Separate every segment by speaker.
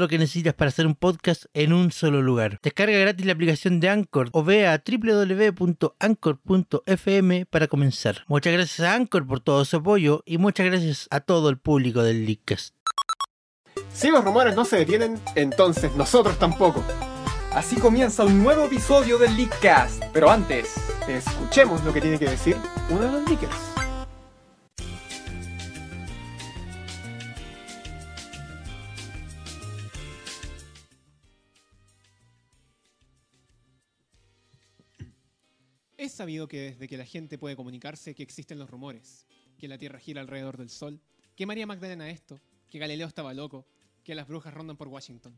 Speaker 1: lo que necesitas para hacer un podcast en un solo lugar. Descarga gratis la aplicación de Anchor o ve a www.anchor.fm para comenzar. Muchas gracias a Anchor por todo su apoyo y muchas gracias a todo el público del Leadcast.
Speaker 2: Si los rumores no se detienen, entonces nosotros tampoco.
Speaker 3: Así comienza un nuevo episodio del Leakcast. Pero antes,
Speaker 2: Escuchemos lo que tiene que decir uno de los leakers.
Speaker 4: Es sabido que desde que la gente puede comunicarse que existen los rumores, que la Tierra gira alrededor del Sol, que María Magdalena esto, que Galileo estaba loco, que las brujas rondan por Washington.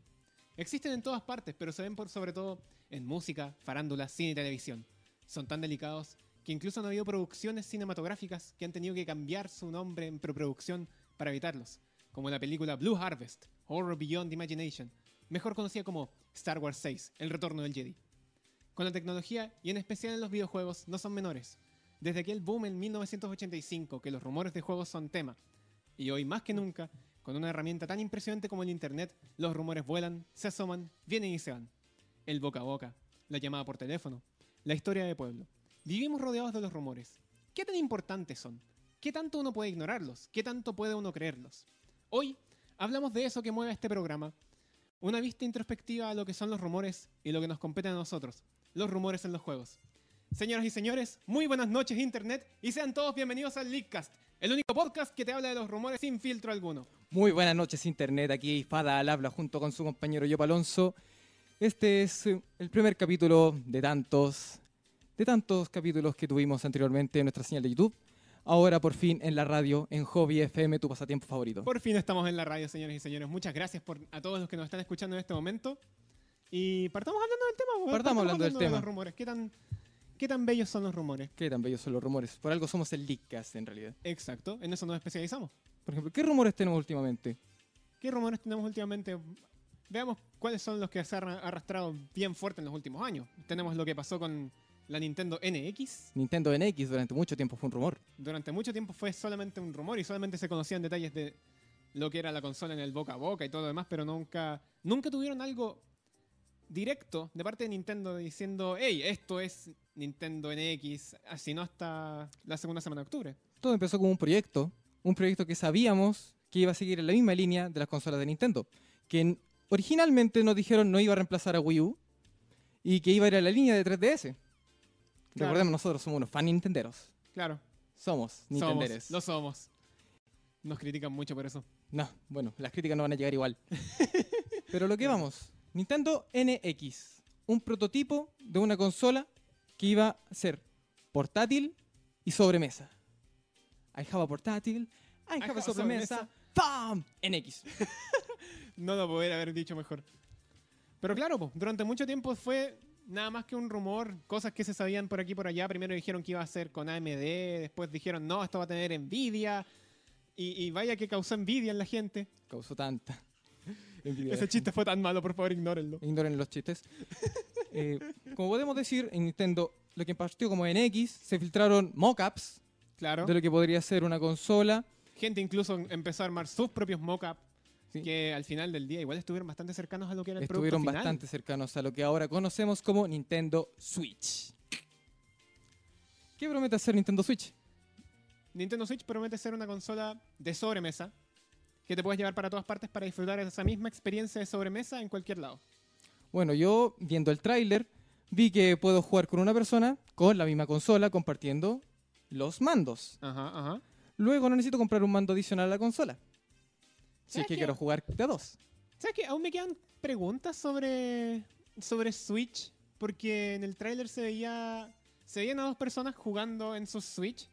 Speaker 4: Existen en todas partes, pero se ven por sobre todo en música, farándula, cine y televisión. Son tan delicados que incluso han habido producciones cinematográficas que han tenido que cambiar su nombre en preproducción para evitarlos, como la película Blue Harvest, Horror Beyond Imagination, mejor conocida como Star Wars 6, El Retorno del Jedi con la tecnología y en especial en los videojuegos no son menores. Desde aquel boom en 1985 que los rumores de juegos son tema, y hoy más que nunca, con una herramienta tan impresionante como el Internet, los rumores vuelan, se asoman, vienen y se van. El boca a boca, la llamada por teléfono, la historia de pueblo. Vivimos rodeados de los rumores. ¿Qué tan importantes son? ¿Qué tanto uno puede ignorarlos? ¿Qué tanto puede uno creerlos? Hoy hablamos de eso que mueve este programa, una vista introspectiva a lo que son los rumores y lo que nos compete a nosotros, los rumores en los juegos. Señoras y señores, muy buenas noches Internet y sean todos bienvenidos al Leakcast, el único podcast que te habla de los rumores sin filtro alguno.
Speaker 3: muy buenas noches Internet, aquí Fada al habla junto con su compañero Yop Alonso. Este es eh, el primer capítulo de tantos, de tantos capítulos que tuvimos anteriormente en nuestra señal de YouTube. Ahora por fin en la radio, en Hobby FM, tu pasatiempo favorito.
Speaker 4: Por fin estamos en la radio, señores y señores. Muchas gracias por, a todos los que nos están escuchando en este momento. Y partamos hablando del tema. weón.
Speaker 3: Partamos hablando del
Speaker 4: de
Speaker 3: tema.
Speaker 4: los rumores. ¿Qué tan, ¿Qué tan bellos son los rumores?
Speaker 3: Qué tan bellos son los rumores. Por algo somos el Leakcast en realidad.
Speaker 4: Exacto, en eso nos especializamos.
Speaker 3: Por ejemplo, ¿qué rumores tenemos últimamente?
Speaker 4: ¿Qué rumores tenemos últimamente? Veamos cuáles son los que se han arrastrado bien fuerte en los últimos años. Tenemos lo que pasó con la Nintendo NX.
Speaker 3: Nintendo NX durante mucho tiempo fue un rumor.
Speaker 4: Durante mucho tiempo fue solamente un rumor y solamente se conocían detalles de lo que era la consola en el boca a boca y todo lo demás, pero nunca, nunca tuvieron algo directo de parte de Nintendo diciendo, hey, esto es Nintendo NX, así no hasta la segunda semana de octubre.
Speaker 3: Todo empezó como un proyecto, un proyecto que sabíamos que iba a seguir en la misma línea de las consolas de Nintendo, que en- originalmente nos dijeron no iba a reemplazar a Wii U y que iba a ir a la línea de 3DS.
Speaker 4: Claro.
Speaker 3: Recordemos, nosotros somos unos fan nintenderos.
Speaker 4: Claro,
Speaker 3: Somos nintenderos.
Speaker 4: somos, lo somos. Nos critican mucho por eso.
Speaker 3: No, bueno, las críticas no van a llegar igual. Pero lo que vamos, Nintendo NX, un prototipo de una consola que iba a ser portátil y sobremesa. I have a portátil, I have, a
Speaker 4: have
Speaker 3: sobremesa, ¡pam! NX.
Speaker 4: No lo podría haber dicho mejor. Pero claro, po, durante mucho tiempo fue nada más que un rumor, cosas que se sabían por aquí y por allá. Primero dijeron que iba a ser con AMD, después dijeron, no, esto va a tener Nvidia. Y, y vaya que causó envidia en la gente.
Speaker 3: Causó tanta envidia.
Speaker 4: Ese chiste fue tan malo, por favor, ignórenlo.
Speaker 3: Ignoren los chistes. Eh, como podemos decir, en Nintendo, lo que partió como NX, se filtraron mockups
Speaker 4: Claro.
Speaker 3: de lo que podría ser una consola.
Speaker 4: Gente incluso empezó a armar sus propios mock-up,
Speaker 3: Sí.
Speaker 4: que al final del día igual estuvieron bastante cercanos a lo que era el producto
Speaker 3: estuvieron
Speaker 4: final.
Speaker 3: bastante cercanos a lo que ahora conocemos como Nintendo Switch. ¿Qué promete hacer Nintendo Switch?
Speaker 4: Nintendo Switch promete ser una consola de sobremesa que te puedes llevar para todas partes para disfrutar esa misma experiencia de sobremesa en cualquier lado.
Speaker 3: Bueno, yo viendo el tráiler vi que puedo jugar con una persona con la misma consola compartiendo los mandos.
Speaker 4: Ajá, ajá.
Speaker 3: Luego no necesito comprar un mando adicional a la consola. Si es
Speaker 4: ¿Sabes
Speaker 3: que
Speaker 4: qué?
Speaker 3: quiero jugar de a dos.
Speaker 4: ¿Sabes qué? Aún me quedan preguntas sobre, sobre Switch. Porque en el tráiler se veía. Se veían a dos personas jugando en su Switch.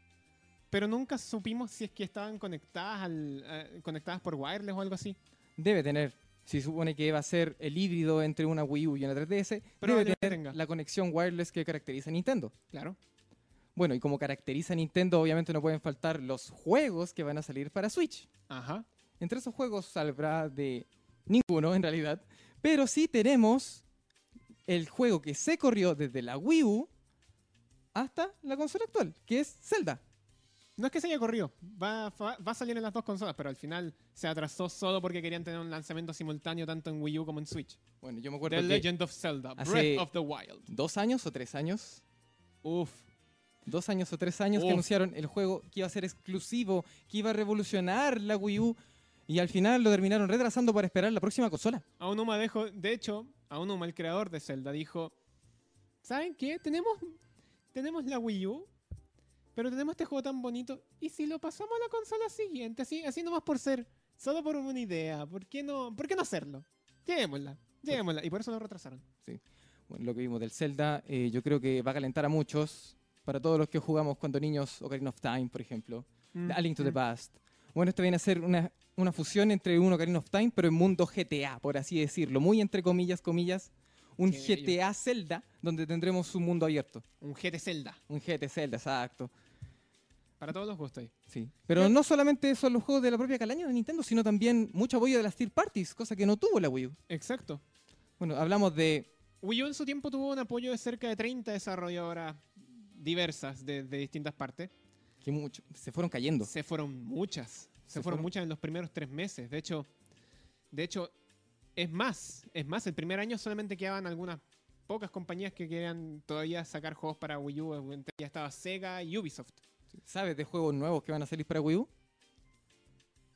Speaker 4: Pero nunca supimos si es que estaban conectadas al. eh, conectadas por wireless o algo así.
Speaker 3: Debe tener, si supone que va a ser el híbrido entre una Wii U y una 3DS, debe
Speaker 4: Probablemente
Speaker 3: tener
Speaker 4: tenga.
Speaker 3: la conexión wireless que caracteriza a Nintendo.
Speaker 4: Claro.
Speaker 3: Bueno, y como caracteriza a Nintendo, obviamente no pueden faltar los juegos que van a salir para Switch.
Speaker 4: Ajá.
Speaker 3: Entre esos juegos saldrá de ninguno en realidad, pero sí tenemos el juego que se corrió desde la Wii U hasta la consola actual, que es Zelda.
Speaker 4: No es que se haya corrido. Va, va- va a salir en las dos consolas, pero al final se atrasó solo porque querían tener un lanzamiento simultáneo tanto en Wii U como en Switch.
Speaker 3: Bueno, yo me acuerdo
Speaker 4: The
Speaker 3: que
Speaker 4: Legend of Zelda,
Speaker 3: hace-
Speaker 4: Breath of the Wild.
Speaker 3: dos años o tres años,
Speaker 4: Uf.
Speaker 3: dos años o tres años que
Speaker 4: Uf.
Speaker 3: anunciaron el juego que iba a ser exclusivo, que iba a revolucionar la Wii U, y al final lo terminaron retrasando para esperar la próxima consola.
Speaker 4: Aonuma dejó, de hecho, Aonuma, el creador de Zelda, dijo, ¿saben qué? Tenemos, tenemos la Wii U, pero tenemos este juego tan bonito. ¿Y si lo pasamos a la consola siguiente? Así, así nomás por ser, solo por una idea. ¿Por qué no, por qué no hacerlo? Llevémosla, llevémosla. Y por eso lo retrasaron.
Speaker 3: Bueno, lo que vimos del Zelda, eh, yo creo que va a calentar a muchos, para todos los que jugamos cuando niños, Ocarina of Time, por ejemplo.
Speaker 4: Mm,
Speaker 3: A Link to the
Speaker 4: mm.
Speaker 3: Past. Bueno, esto viene a ser una, una fusión entre un Ocarina of Time, pero en mundo GTA, por así decirlo. Muy entre comillas, comillas. Un
Speaker 4: Qué bello.
Speaker 3: GTA Zelda, donde tendremos un mundo abierto.
Speaker 4: Un GT Zelda,
Speaker 3: Un GT Zelda, exacto.
Speaker 4: para todos los gustos. ahí.
Speaker 3: Sí. Pero no solamente son los juegos de la propia calaña de Nintendo, sino también mucho apoyo de las third parties, cosa que no tuvo la Wii U.
Speaker 4: Exacto.
Speaker 3: Bueno, hablamos de
Speaker 4: Wii U en su tiempo tuvo un apoyo de cerca de 30 desarrolladoras diversas de- de distintas partes.
Speaker 3: que mucho, se fueron cayendo.
Speaker 4: Se fueron muchas. Se, fueron,
Speaker 3: Se fueron.
Speaker 4: muchas en los primeros tres meses. De hecho, de hecho, es más, es más, el primer año solamente quedaban algunas pocas compañías que querían todavía sacar juegos para Wii U. Entre ellas estaba Sega y Ubisoft.
Speaker 3: ¿Sabes de juegos nuevos que van a salir para Wii U?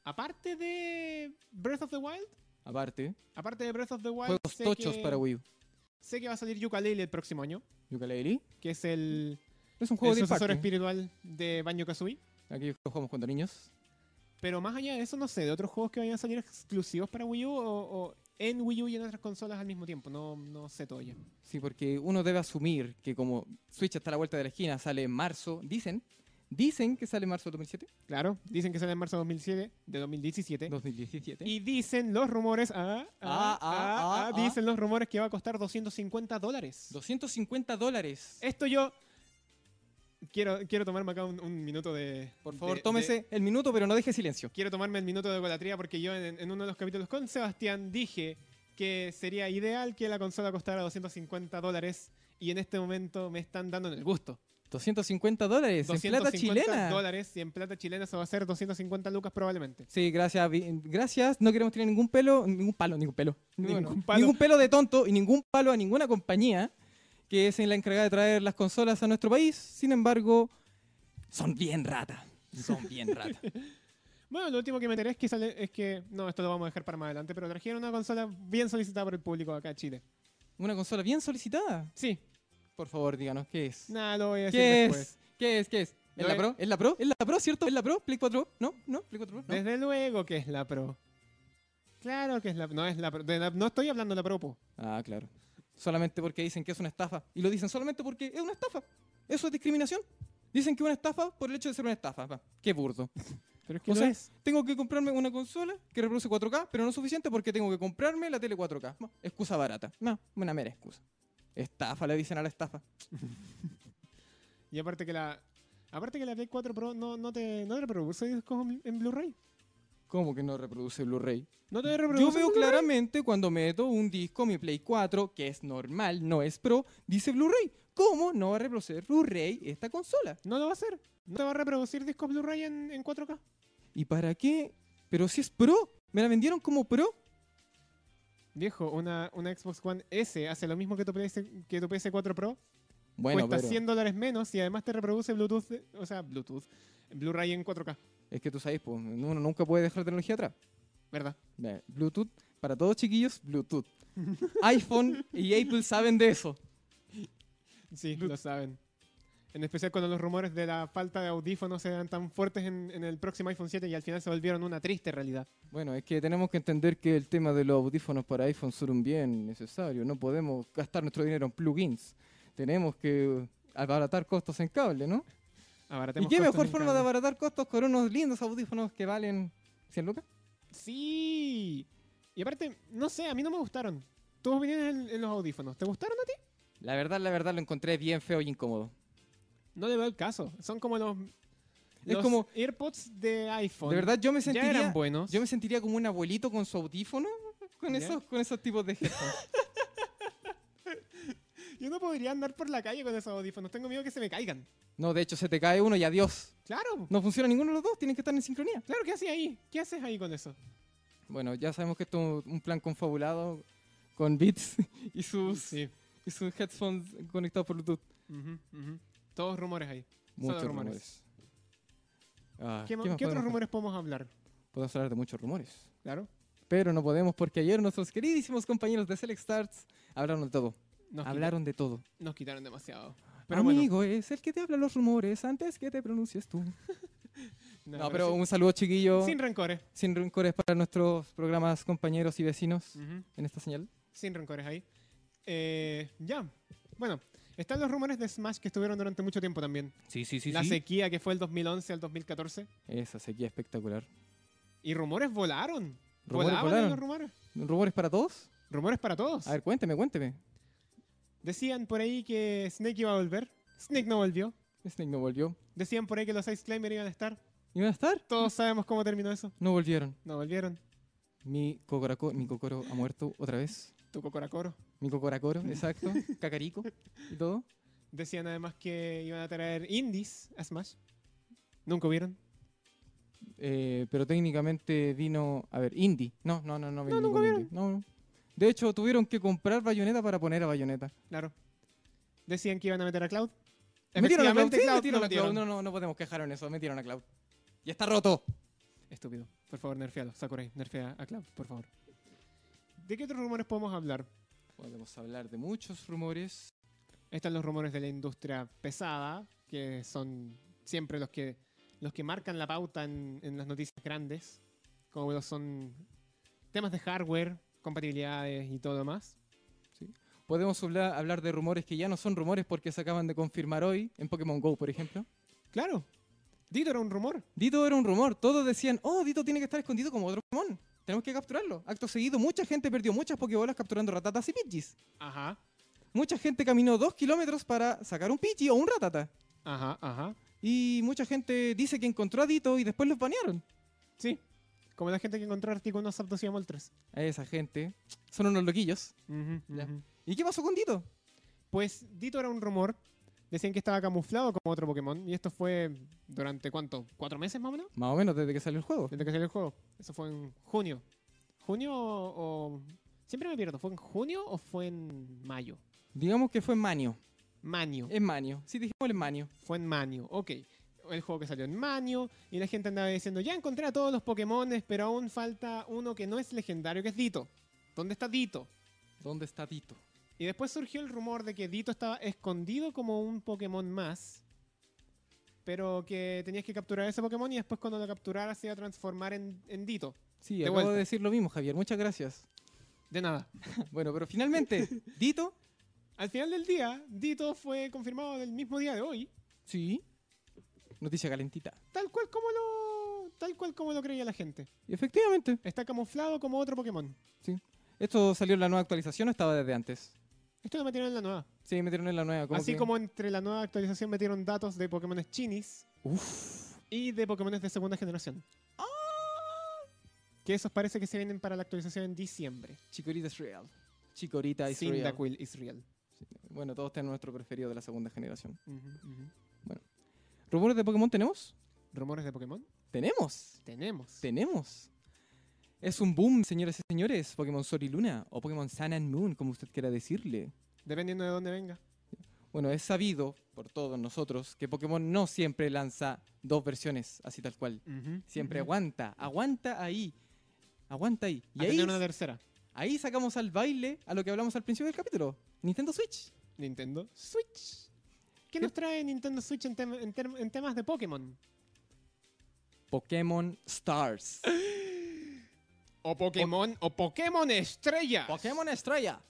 Speaker 4: Aparte de Breath of the Wild,
Speaker 3: Aparte,
Speaker 4: aparte de Breath of the Wild,
Speaker 3: juegos
Speaker 4: sé
Speaker 3: tochos
Speaker 4: que-
Speaker 3: para Wii U.
Speaker 4: Sé que va a salir Yooka-Laylee el próximo año,
Speaker 3: Yooka-Laylee
Speaker 4: que es el,
Speaker 3: es un juego
Speaker 4: el
Speaker 3: de
Speaker 4: sucesor
Speaker 3: impacto.
Speaker 4: espiritual de Banjo-Kazooie.
Speaker 3: Aquellos que jugamos cuando niños.
Speaker 4: Pero más allá de eso, no sé, de otros juegos que vayan a salir exclusivos para Wii U o, o en Wii U y en otras consolas al mismo tiempo. No, no sé todavía.
Speaker 3: Sí, porque uno debe asumir que como Switch está a la vuelta de la esquina, sale en marzo, dicen, dicen que sale en marzo de 2007,
Speaker 4: Claro, dicen que sale en marzo de 2007, de 2017.
Speaker 3: 2017.
Speaker 4: Y dicen los rumores, ah, ah,
Speaker 3: Ah, ah,
Speaker 4: ah,
Speaker 3: ah,
Speaker 4: ah, dicen los rumores que va a costar 250 dólares.
Speaker 3: 250 dólares.
Speaker 4: Esto yo quiero, quiero tomarme acá un, un minuto de...
Speaker 3: Por favor,
Speaker 4: de-
Speaker 3: tómese
Speaker 4: de-
Speaker 3: el minuto, pero no deje silencio.
Speaker 4: quiero tomarme el minuto de golatría porque yo en, en uno de los capítulos con Sebastián dije que sería ideal que la consola costara 250 dólares y en este momento me están dando en el gusto.
Speaker 3: 250 dólares en
Speaker 4: 250
Speaker 3: plata chilena.
Speaker 4: dólares y en plata chilena se va a hacer 250 lucas probablemente.
Speaker 3: Sí, gracias, vi- gracias. No queremos tirar ningún pelo, ningún palo, ningún pelo.
Speaker 4: Ningún
Speaker 3: Bueno,
Speaker 4: palo.
Speaker 3: ningún pelo de tonto y ningún palo a ninguna compañía que es la encargada de traer las consolas a nuestro país. Sin embargo, son bien rata. Son bien rata.
Speaker 4: Bueno, lo último que me enteré es que, sale- es que, no, esto lo vamos a dejar para más adelante, pero trajeron una consola bien solicitada por el público acá en Chile.
Speaker 3: Una consola bien solicitada.
Speaker 4: Sí,
Speaker 3: Por favor, díganos qué es.
Speaker 4: nada, lo voy a decir
Speaker 3: ¿Qué
Speaker 4: después.
Speaker 3: es? ¿Qué es? ¿Qué es? ¿Es
Speaker 4: No
Speaker 3: la
Speaker 4: es-
Speaker 3: Pro? ¿Es la Pro? ¿Es la Pro, cierto? ¿Es la Pro? ¿Play 4 Pro? ¿No? ¿No? ¿Play 4 Pro? ¿No?
Speaker 4: Desde luego que es la Pro. Claro que es la No, es la, Pro- de la- no estoy hablando de la Pro, po.
Speaker 3: Ah, claro. Solamente porque dicen que es una estafa. Y lo dicen solamente porque es una estafa. ¿Eso es discriminación? Dicen que es una estafa por el hecho de ser una estafa. Va, Qué burdo.
Speaker 4: Pero es
Speaker 3: O
Speaker 4: lo
Speaker 3: sea,
Speaker 4: es.
Speaker 3: tengo que comprarme una consola que reproduce 4K, pero no suficiente porque tengo que comprarme la tele 4K. No, excusa barata. No, una mera excusa. Estafa, le dicen a la estafa.
Speaker 4: Y aparte que la. Aparte que la Play 4 Pro no, no te, no te reproduce discos en, en Blu-ray.
Speaker 3: ¿Cómo que no reproduce Blu-ray?
Speaker 4: No te reproduce.
Speaker 3: Yo veo
Speaker 4: en Blu-ray.
Speaker 3: claramente cuando meto un disco a mi Play 4, que es normal, no es pro, dice Blu-ray. ¿Cómo no va a reproducir Blu-ray esta consola?
Speaker 4: No lo va a hacer. No te va a reproducir discos Blu-ray en, en 4K.
Speaker 3: ¿Y para qué? Pero si es pro, me la vendieron como pro.
Speaker 4: Viejo, una, una Xbox One S hace lo mismo que tu, PS, que tu PS4 Pro.
Speaker 3: Bueno,
Speaker 4: cuesta
Speaker 3: pero
Speaker 4: 100 dólares menos y además te reproduce Bluetooth, de- o sea, Bluetooth, Blu-ray en 4K,
Speaker 3: es que tú sabes, pues, uno nunca puede dejar tecnología atrás.
Speaker 4: ¿verdad?
Speaker 3: Ve, Bluetooth, para todos chiquillos, Bluetooth. iPhone y Apple saben de eso.
Speaker 4: Sí,
Speaker 3: Blu-
Speaker 4: lo saben. En especial cuando los rumores de la falta de audífonos eran tan fuertes en, en el próximo iPhone 7 y al final se volvieron una triste realidad.
Speaker 3: Bueno, es que tenemos que entender que el tema de los audífonos para iPhone son un bien necesario. No podemos gastar nuestro dinero en plugins. Tenemos que abaratar costos en cable, ¿no? ¿Y
Speaker 4: Abaratemos
Speaker 3: qué
Speaker 4: costos
Speaker 3: mejor
Speaker 4: en
Speaker 3: forma de
Speaker 4: cable.
Speaker 3: abaratar costos con unos lindos audífonos que valen 100 lucas?
Speaker 4: Sí. Y aparte, no sé, a mí no me gustaron. Tus opiniones en, en los audífonos, ¿te gustaron a ti?
Speaker 3: La verdad, la verdad, lo encontré bien feo y incómodo.
Speaker 4: No le veo el caso. Son como los,
Speaker 3: Es
Speaker 4: los
Speaker 3: como-
Speaker 4: AirPods de iPhone.
Speaker 3: De verdad, yo me
Speaker 4: ya
Speaker 3: sentiría...
Speaker 4: eran buenos.
Speaker 3: Yo me sentiría como un abuelito con su audífono, con,
Speaker 4: ¿Ya?
Speaker 3: esos, con esos tipos de headphones.
Speaker 4: Yo no podría andar por la calle con esos audífonos. Tengo miedo que se me caigan.
Speaker 3: No, de hecho, se te cae uno y adiós.
Speaker 4: Claro.
Speaker 3: No funciona ninguno de los dos, tienen que estar en sincronía.
Speaker 4: Claro, ¿qué haces ahí? ¿Qué haces ahí con eso?
Speaker 3: Bueno, ya sabemos que esto es un plan confabulado con Beats y sus,
Speaker 4: Sí.
Speaker 3: y sus headphones conectados por Bluetooth.
Speaker 4: Ujú, ujú. Todos rumores ahí.
Speaker 3: Muchos
Speaker 4: Solo
Speaker 3: rumores. Ah,
Speaker 4: ¿Qué, ma-
Speaker 3: más
Speaker 4: qué otros
Speaker 3: podemos-
Speaker 4: rumores podemos hablar?
Speaker 3: Podemos hablar de muchos rumores.
Speaker 4: Claro.
Speaker 3: Pero no podemos porque ayer nuestros queridísimos compañeros de Select Starts hablaron de todo.
Speaker 4: Nos,
Speaker 3: hablaron de todo.
Speaker 4: quita- nos quitaron demasiado. Pero bueno.
Speaker 3: Amigo, es el que te habla los rumores antes que te pronuncies tú. No, pero un saludo chiquillo.
Speaker 4: sin, sin rencores.
Speaker 3: sin rencores para nuestros programas compañeros y vecinos
Speaker 4: Ujú.
Speaker 3: en esta señal.
Speaker 4: Sin rencores ahí. Eh, ya. Bueno, están los rumores de Smash que estuvieron durante mucho tiempo también.
Speaker 3: Sí, sí, sí.
Speaker 4: la sequía que fue el 2011 al 2014.
Speaker 3: Esa sequía espectacular.
Speaker 4: Y rumores volaron.
Speaker 3: Rumores
Speaker 4: Volaban
Speaker 3: volaron.
Speaker 4: los rumores.
Speaker 3: ¿Rumores para todos?
Speaker 4: Rumores para todos.
Speaker 3: A ver, cuénteme, cuénteme.
Speaker 4: Decían por ahí que Snake iba a volver. Snake no volvió.
Speaker 3: Snake no volvió.
Speaker 4: Decían por ahí que los Ice Climber iban a estar.
Speaker 3: ¿Iban a estar?
Speaker 4: Todos sabemos cómo terminó eso.
Speaker 3: No volvieron.
Speaker 4: No volvieron.
Speaker 3: Mi Cocoraco, mi Cocoro ha muerto otra vez.
Speaker 4: Tu cocoracoro.
Speaker 3: Mi Cocoracoro, exacto. Cacarico y todo.
Speaker 4: Decían además que iban a traer indies a Smash. Nunca hubieron.
Speaker 3: Eh, pero técnicamente vino, a ver, Indie. No, no, no, no vino.
Speaker 4: No, nunca
Speaker 3: ningún
Speaker 4: vieron.
Speaker 3: indie. No, no. De hecho, tuvieron que comprar bayoneta para poner a bayoneta.
Speaker 4: Claro. Decían que iban a meter a Cloud.
Speaker 3: Metieron a Cloud,
Speaker 4: Efectivamente,
Speaker 3: sí,
Speaker 4: Cloud
Speaker 3: metieron
Speaker 4: no
Speaker 3: a Cloud.
Speaker 4: metieron.
Speaker 3: No, no, no podemos quejar en eso. Metieron a Cloud. Y está roto.
Speaker 4: Estúpido. Por favor, nerfealo. Sakurai, nerfea a Cloud, por favor. ¿De qué otros rumores podemos hablar?
Speaker 3: Podemos hablar de muchos rumores.
Speaker 4: Están los rumores de la industria pesada, que son siempre los que, los que marcan la pauta en, en las noticias grandes, como lo son temas de hardware, compatibilidades y todo lo más.
Speaker 3: Podemos habla- hablar de rumores que ya no son rumores porque se acaban de confirmar hoy en Pokémon Go, por ejemplo.
Speaker 4: Claro, Dito era un rumor.
Speaker 3: Dito era un rumor. Todos decían, oh, Dito tiene que estar escondido como otro Pokémon. Tenemos que capturarlo. Acto seguido, mucha gente perdió muchas Pokébolas capturando ratatas y Pidgeys.
Speaker 4: Ajá,
Speaker 3: Mucha gente caminó dos kilómetros para sacar un Pidgey o un ratata.
Speaker 4: ajá, ajá.
Speaker 3: Y mucha gente dice que encontró a Dito y después los banearon.
Speaker 4: Sí, como la gente que encontró Articuno, Zapdos y Moltres.
Speaker 3: A esa gente. Son unos loquillos. Ya. ¿Y qué pasó con Dito?
Speaker 4: Pues Dito era un rumor. Decían que estaba camuflado como otro Pokémon. Y esto fue durante cuánto? ¿Cuatro meses más o menos?
Speaker 3: Más o menos desde que salió el juego.
Speaker 4: Desde que salió el juego. Eso fue en junio. ¿Junio o.? o- Siempre me pierdo. ¿Fue en junio o fue en mayo?
Speaker 3: Digamos que fue Manio.
Speaker 4: Manio.
Speaker 3: Es Manio. Sí, dijimos el Manio.
Speaker 4: Fue en Manio. Ok. El juego que salió en Manio. Y la gente andaba diciendo: Ya encontré a todos los Pokémones, pero aún falta uno que no es legendario, que es Dito. ¿Dónde está Dito?
Speaker 3: ¿Dónde está Dito?
Speaker 4: Y después surgió el rumor de que Dito estaba escondido como un Pokémon más. Pero que tenías que capturar ese Pokémon y después cuando lo capturaras se iba a transformar en, en Dito.
Speaker 3: Sí,
Speaker 4: De
Speaker 3: acabo
Speaker 4: vuelta.
Speaker 3: de decir lo mismo, Javier. Muchas gracias.
Speaker 4: De nada.
Speaker 3: Bueno, pero finalmente, Dito.
Speaker 4: Al final del día, Dito fue confirmado del mismo día de hoy,
Speaker 3: Sí. Noticia calentita.
Speaker 4: tal cual como lo. tal cual como lo creía la gente.
Speaker 3: Y efectivamente,
Speaker 4: Está camuflado como otro Pokémon.
Speaker 3: esto salió en la nueva actualización o estaba desde antes.
Speaker 4: Esto lo metieron en la nueva.
Speaker 3: Sí, metieron en la nueva.
Speaker 4: Así
Speaker 3: que-
Speaker 4: como entre la nueva actualización metieron datos de Pokémon chinis
Speaker 3: Uf.
Speaker 4: y de Pokémon de segunda generación. Que esos parece que se vienen para la actualización en diciembre.
Speaker 3: Chikorita is real. Chikorita is real.
Speaker 4: Cyndaquil is real.
Speaker 3: Bueno, todos tenemos nuestro preferido de la segunda generación.
Speaker 4: Ujú, ujú.
Speaker 3: ¿Rumores de Pokémon tenemos?
Speaker 4: ¿Rumores de Pokémon?
Speaker 3: Tenemos.
Speaker 4: Tenemos.
Speaker 3: Tenemos. Es un boom, señoras y señores. Pokémon Sol y Luna o Pokémon Sun and Moon, como usted quiera decirle.
Speaker 4: Dependiendo de dónde venga.
Speaker 3: Bueno, es sabido por todos nosotros que Pokémon no siempre lanza dos versiones, así tal cual. Siempre
Speaker 4: Ujú.
Speaker 3: aguanta, aguanta ahí. Aguanta ahí.
Speaker 4: A
Speaker 3: Y ahí,
Speaker 4: tener una tercera.
Speaker 3: ahí sacamos al baile a lo que hablamos al principio del capítulo. Nintendo Switch.
Speaker 4: Nintendo Switch. ¿Qué nos trae Nintendo Switch en, tem- en term- en temas de Pokémon?
Speaker 3: Pokémon Stars.
Speaker 4: O Pokémon, o Pokémon Estrella.
Speaker 3: Pokémon Estrella.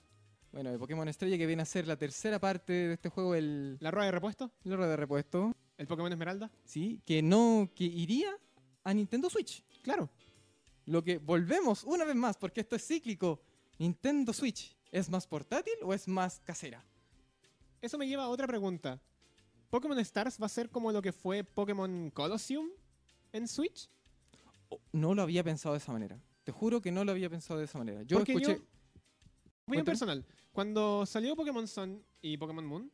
Speaker 3: Bueno, el Pokémon Estrella que viene a ser la tercera parte de este juego, el
Speaker 4: La rueda de repuesto,
Speaker 3: el oro de repuesto,
Speaker 4: el Pokémon Esmeralda.
Speaker 3: ¿sí? Que no, que iría a Nintendo Switch.
Speaker 4: Claro.
Speaker 3: Lo que volvemos una vez más, porque esto es cíclico. Nintendo Switch, ¿es más portátil o es más casera?
Speaker 4: Eso me lleva a otra pregunta. ¿Pokémon Stars va a ser como lo que fue Pokémon Colosseum en Switch?
Speaker 3: Oh, No lo había pensado de esa manera. Te juro que no lo había pensado de esa manera. Yo
Speaker 4: Porque yo-
Speaker 3: escuché.
Speaker 4: Opinión
Speaker 3: Cuéntame.
Speaker 4: personal. Cuando salió Pokémon Sun y Pokémon Moon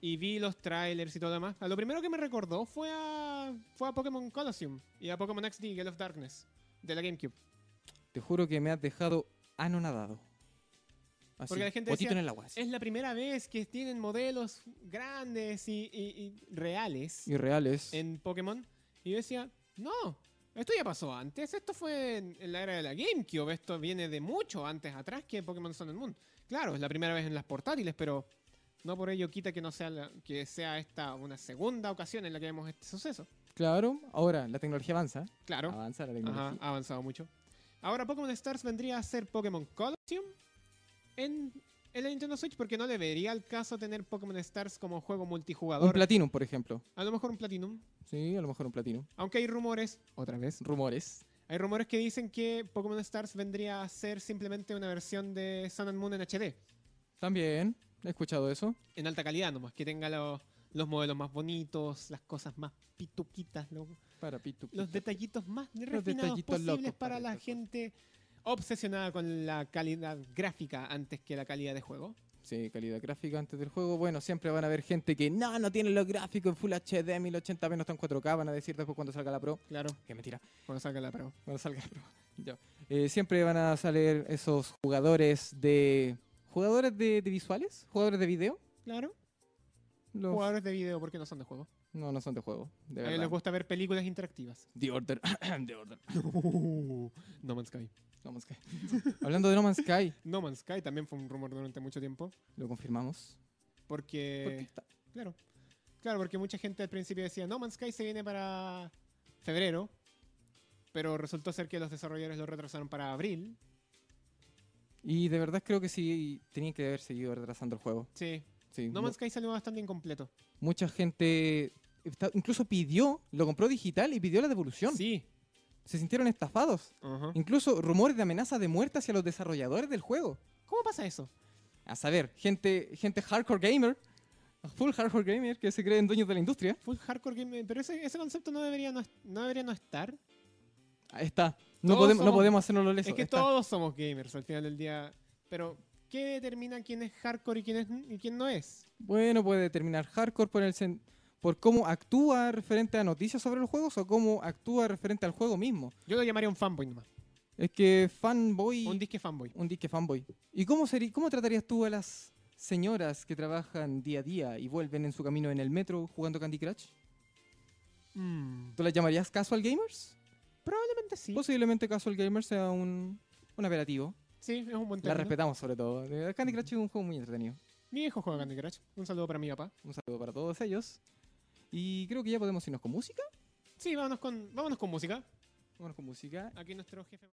Speaker 4: y vi los trailers y todo lo demás, a lo primero que me recordó fue a, fue a Pokémon Colosseum y a Pokémon XD Gale of Darkness de la GameCube.
Speaker 3: Te juro que me has dejado anonadado. Así,
Speaker 4: Porque la gente
Speaker 3: botito
Speaker 4: decía,
Speaker 3: en el agua. así.
Speaker 4: Es la primera vez que tienen modelos grandes y, y- y reales
Speaker 3: Irreales.
Speaker 4: en Pokémon. Y yo decía, no, esto ya pasó antes. Esto fue en, en la era de la GameCube. Esto viene de mucho antes atrás que Pokémon Sun and Moon. Claro, es la primera vez en las portátiles, pero no por ello quita que no sea la- que sea esta una segunda ocasión en la que vemos este suceso.
Speaker 3: Claro, ahora la tecnología avanza.
Speaker 4: Claro,
Speaker 3: Avanza la tecnología.
Speaker 4: ajá, ha avanzado mucho. Ahora Pokémon Stars vendría a ser Pokémon Colosseum en, en la Nintendo Switch porque no le vería el caso tener Pokémon Stars como juego
Speaker 3: Un
Speaker 4: multijugador.
Speaker 3: Platinum, por ejemplo.
Speaker 4: a lo mejor un Platinum.
Speaker 3: Sí, a lo mejor un Platinum.
Speaker 4: Aunque hay rumores, otra vez,
Speaker 3: Rumores.
Speaker 4: Hay rumores que dicen que Pokémon Stars vendría a ser simplemente una versión de Sun and Moon en HD,
Speaker 3: También he escuchado eso.
Speaker 4: en alta calidad nomás, que tenga los, los modelos más bonitos, las cosas más pituquitas, lo-
Speaker 3: Para Pitu.
Speaker 4: los detallitos más refinados
Speaker 3: detallitos
Speaker 4: posibles
Speaker 3: locos
Speaker 4: para
Speaker 3: para
Speaker 4: la
Speaker 3: estas
Speaker 4: gente obsesionada con la calidad gráfica antes que la calidad de juego.
Speaker 3: Sí, calidad gráfica antes del juego. Bueno, siempre van a haber gente que no, no tiene los gráficos en Full HD, 1080p, no está en 4K. Van a decir después cuando salga la Pro.
Speaker 4: Claro,
Speaker 3: Que mentira.
Speaker 4: cuando salga la pro.
Speaker 3: Cuando salga la Pro. Ya. Eh, siempre van a salir esos jugadores de. ¿Jugadores de, de visuales? ¿Jugadores de video?
Speaker 4: Claro,
Speaker 3: Los-
Speaker 4: jugadores de video porque no son de juego.
Speaker 3: No, no son de juego.
Speaker 4: A
Speaker 3: De
Speaker 4: ellos les
Speaker 3: verdad.
Speaker 4: gusta ver películas interactivas.
Speaker 3: The Order. The Order.
Speaker 4: no Man's Sky.
Speaker 3: No Man's Sky. Hablando de No Man's Sky,
Speaker 4: No Man's Sky también fue un rumor durante mucho tiempo.
Speaker 3: lo confirmamos.
Speaker 4: Porque...
Speaker 3: Porque está-
Speaker 4: Claro. Claro, porque mucha gente al principio decía, No Man's Sky se viene para febrero, pero resultó ser que los desarrolladores lo retrasaron para abril.
Speaker 3: Y de verdad creo que sí tenían que haber seguido retrasando el juego.
Speaker 4: Sí.
Speaker 3: Sí,
Speaker 4: No
Speaker 3: mu-
Speaker 4: Man's Sky salió bastante incompleto.
Speaker 3: mucha gente está- incluso pidió, lo compró digital y pidió la devolución.
Speaker 4: Sí.
Speaker 3: Se sintieron estafados.
Speaker 4: Ajá.
Speaker 3: Incluso rumores de amenaza de muerte hacia los desarrolladores del juego.
Speaker 4: ¿Cómo pasa eso?
Speaker 3: A saber, gente, gente hardcore gamer, full hardcore gamer que se creen dueños de la industria.
Speaker 4: Full hardcore game. Pero ese, ese concepto no debería no, no debería no estar.
Speaker 3: Ahí está. No,
Speaker 4: Todos
Speaker 3: podemos- no
Speaker 4: somos-
Speaker 3: podemos hacernos lesos.
Speaker 4: es que
Speaker 3: está.
Speaker 4: todos somos gamers al final del día. Pero, ¿qué determina quién es hardcore y quién, es, y quién no es?
Speaker 3: Bueno, puede determinar hardcore por, el sen- por cómo actúa referente a noticias sobre los juegos o cómo actúa referente al juego mismo.
Speaker 4: Yo lo llamaría un fanboy nomás.
Speaker 3: Es que fanboy...
Speaker 4: Un disque fanboy.
Speaker 3: un disque fanboy. ¿Y cómo, seri- cómo tratarías tú a las señoras que trabajan día a día y vuelven en su camino en el metro jugando Candy Crush?
Speaker 4: Mm,
Speaker 3: ¿Tú las llamarías casual gamers?
Speaker 4: Probablemente sí.
Speaker 3: Posiblemente casual gamer sea un, un apelativo.
Speaker 4: Sí, es un buen
Speaker 3: La
Speaker 4: término.
Speaker 3: respetamos sobre todo. De verdad, Candy Crush es un juego muy entretenido.
Speaker 4: Mi hijo juega Candy Crush. Un saludo para mi papá.
Speaker 3: Un saludo para todos ellos. Y creo que ya podemos irnos con música.
Speaker 4: Sí, vámonos con, vámonos con música.
Speaker 3: Vámonos con música.
Speaker 4: Aquí nuestro jefe.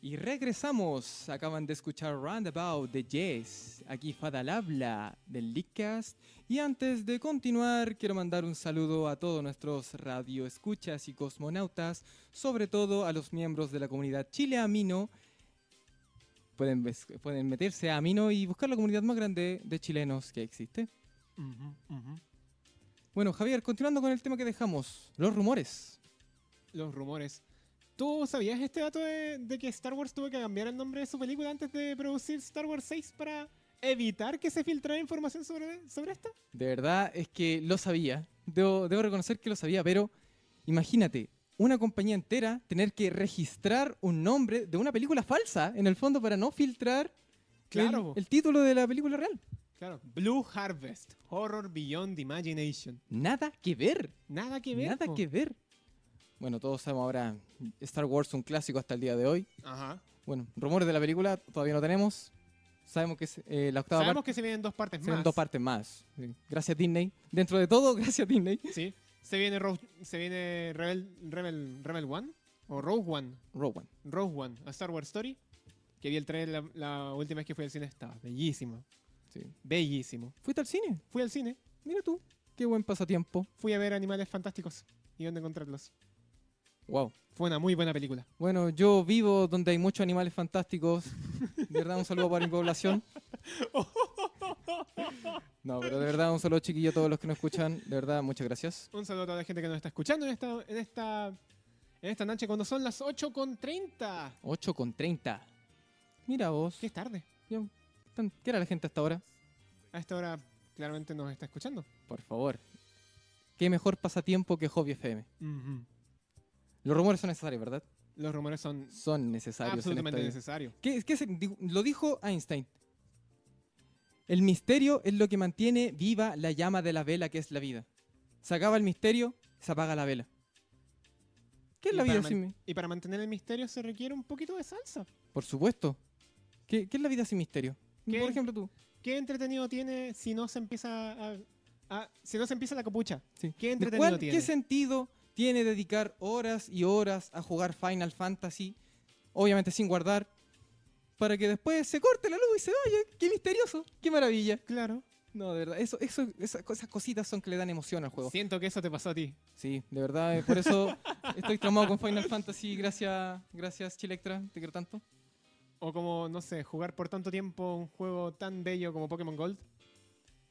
Speaker 3: Y regresamos. Acaban de escuchar Roundabout de Jess. Aquí Fadal habla del Leakcast. Y antes de continuar, quiero mandar un saludo a todos nuestros radioescuchas y cosmonautas, sobre todo a los miembros de la comunidad Chile Amino. Pueden, ves- pueden meterse a Amino y buscar la comunidad más grande de chilenos que existe. Bueno, Javier, continuando con el tema que dejamos, los rumores.
Speaker 4: Los rumores. ¿Tú sabías este dato de, de que Star Wars tuvo que cambiar el nombre de su película antes de producir Star Wars 6 para evitar que se filtrara información sobre, sobre esta?
Speaker 3: De verdad es que lo sabía. Debo, debo reconocer que lo sabía, pero imagínate, una compañía entera tener que registrar un nombre de una película falsa, en el fondo, para no filtrar el-
Speaker 4: Claro, po.
Speaker 3: el, título de la película real.
Speaker 4: Claro. Blue Harvest, Horror Beyond Imagination.
Speaker 3: Nada que ver.
Speaker 4: Nada que ver.
Speaker 3: Nada
Speaker 4: po.
Speaker 3: que ver. Bueno, todos sabemos ahora Star Wars un clásico hasta el día de hoy.
Speaker 4: Ajá.
Speaker 3: Bueno, rumores de la película todavía no tenemos. Sabemos que es, eh, la octava
Speaker 4: Sabemos
Speaker 3: parte
Speaker 4: que se vienen dos partes
Speaker 3: se
Speaker 4: más.
Speaker 3: vienen dos partes más. Sí. Gracias Disney. Dentro de todo, gracias Disney.
Speaker 4: Sí. Se viene, Rogue- se viene Rebel, Rebel, Rebel One o Rogue One.
Speaker 3: Rowan.
Speaker 4: Rogue One, a Star Wars Story. Que vi el trailer la, la última vez que fui al cine. Estaba bellísimo.
Speaker 3: Sí.
Speaker 4: Bellísimo.
Speaker 3: ¿Fuiste al cine?
Speaker 4: Fui al cine.
Speaker 3: Mira tú. Qué buen pasatiempo.
Speaker 4: Fui a ver Animales Fantásticos y dónde encontrarlos.
Speaker 3: Wow.
Speaker 4: Fue una muy buena película.
Speaker 3: Bueno, yo vivo donde hay muchos animales fantásticos. De verdad, un saludo para mi población. No, pero de verdad, un saludo chiquillo a todos los que nos escuchan. De verdad, muchas gracias.
Speaker 4: Un saludo a toda la gente que nos está escuchando en esta, en esta, en esta noche cuando son las 8.30.
Speaker 3: 8 con 30. Mira vos.
Speaker 4: Que es tarde.
Speaker 3: Ya, tan- ¿Qué era la gente hasta ahora?
Speaker 4: A esta hora claramente nos está escuchando.
Speaker 3: Por favor. Qué mejor pasatiempo que Hobby FM. Los rumores son necesarios, ¿verdad?
Speaker 4: Los rumores son
Speaker 3: Son necesarios. en
Speaker 4: absolutamente
Speaker 3: esta vida.
Speaker 4: necesarios.
Speaker 3: ¿Qué- qué se- di- lo dijo Einstein. El misterio es lo que mantiene viva la llama de la vela que es la vida. Se acaba el misterio, se apaga la vela. ¿Qué es
Speaker 4: Y
Speaker 3: la vida
Speaker 4: para
Speaker 3: sin
Speaker 4: man-
Speaker 3: mi-
Speaker 4: Y para mantener el misterio se requiere un poquito de salsa.
Speaker 3: Por supuesto. ¿Qué, qué es la vida sin misterio?
Speaker 4: ¿Qué?
Speaker 3: Por ejemplo tú.
Speaker 4: ¿Qué entretenido tiene si no se empieza a, a- si no se empieza la copucha?
Speaker 3: Sí.
Speaker 4: ¿Qué
Speaker 3: ¿De
Speaker 4: entretenido
Speaker 3: cuál-
Speaker 4: tiene?
Speaker 3: ¿Qué sentido tiene dedicar horas y horas a jugar Final Fantasy? Obviamente sin guardar. Para que después se corte la luz y se vaya. ¡Qué misterioso! ¡Qué maravilla!
Speaker 4: Claro.
Speaker 3: No, de verdad. Eso, eso, esas, co- esas cositas son que le dan emoción al juego.
Speaker 4: Siento que eso te pasó a ti.
Speaker 3: Sí, de verdad, eh, por eso estoy traumado con Final Fantasy. Gracias, gracias Chilectra, te quiero tanto.
Speaker 4: O como, no sé, jugar por tanto tiempo un juego tan bello como Pokémon Gold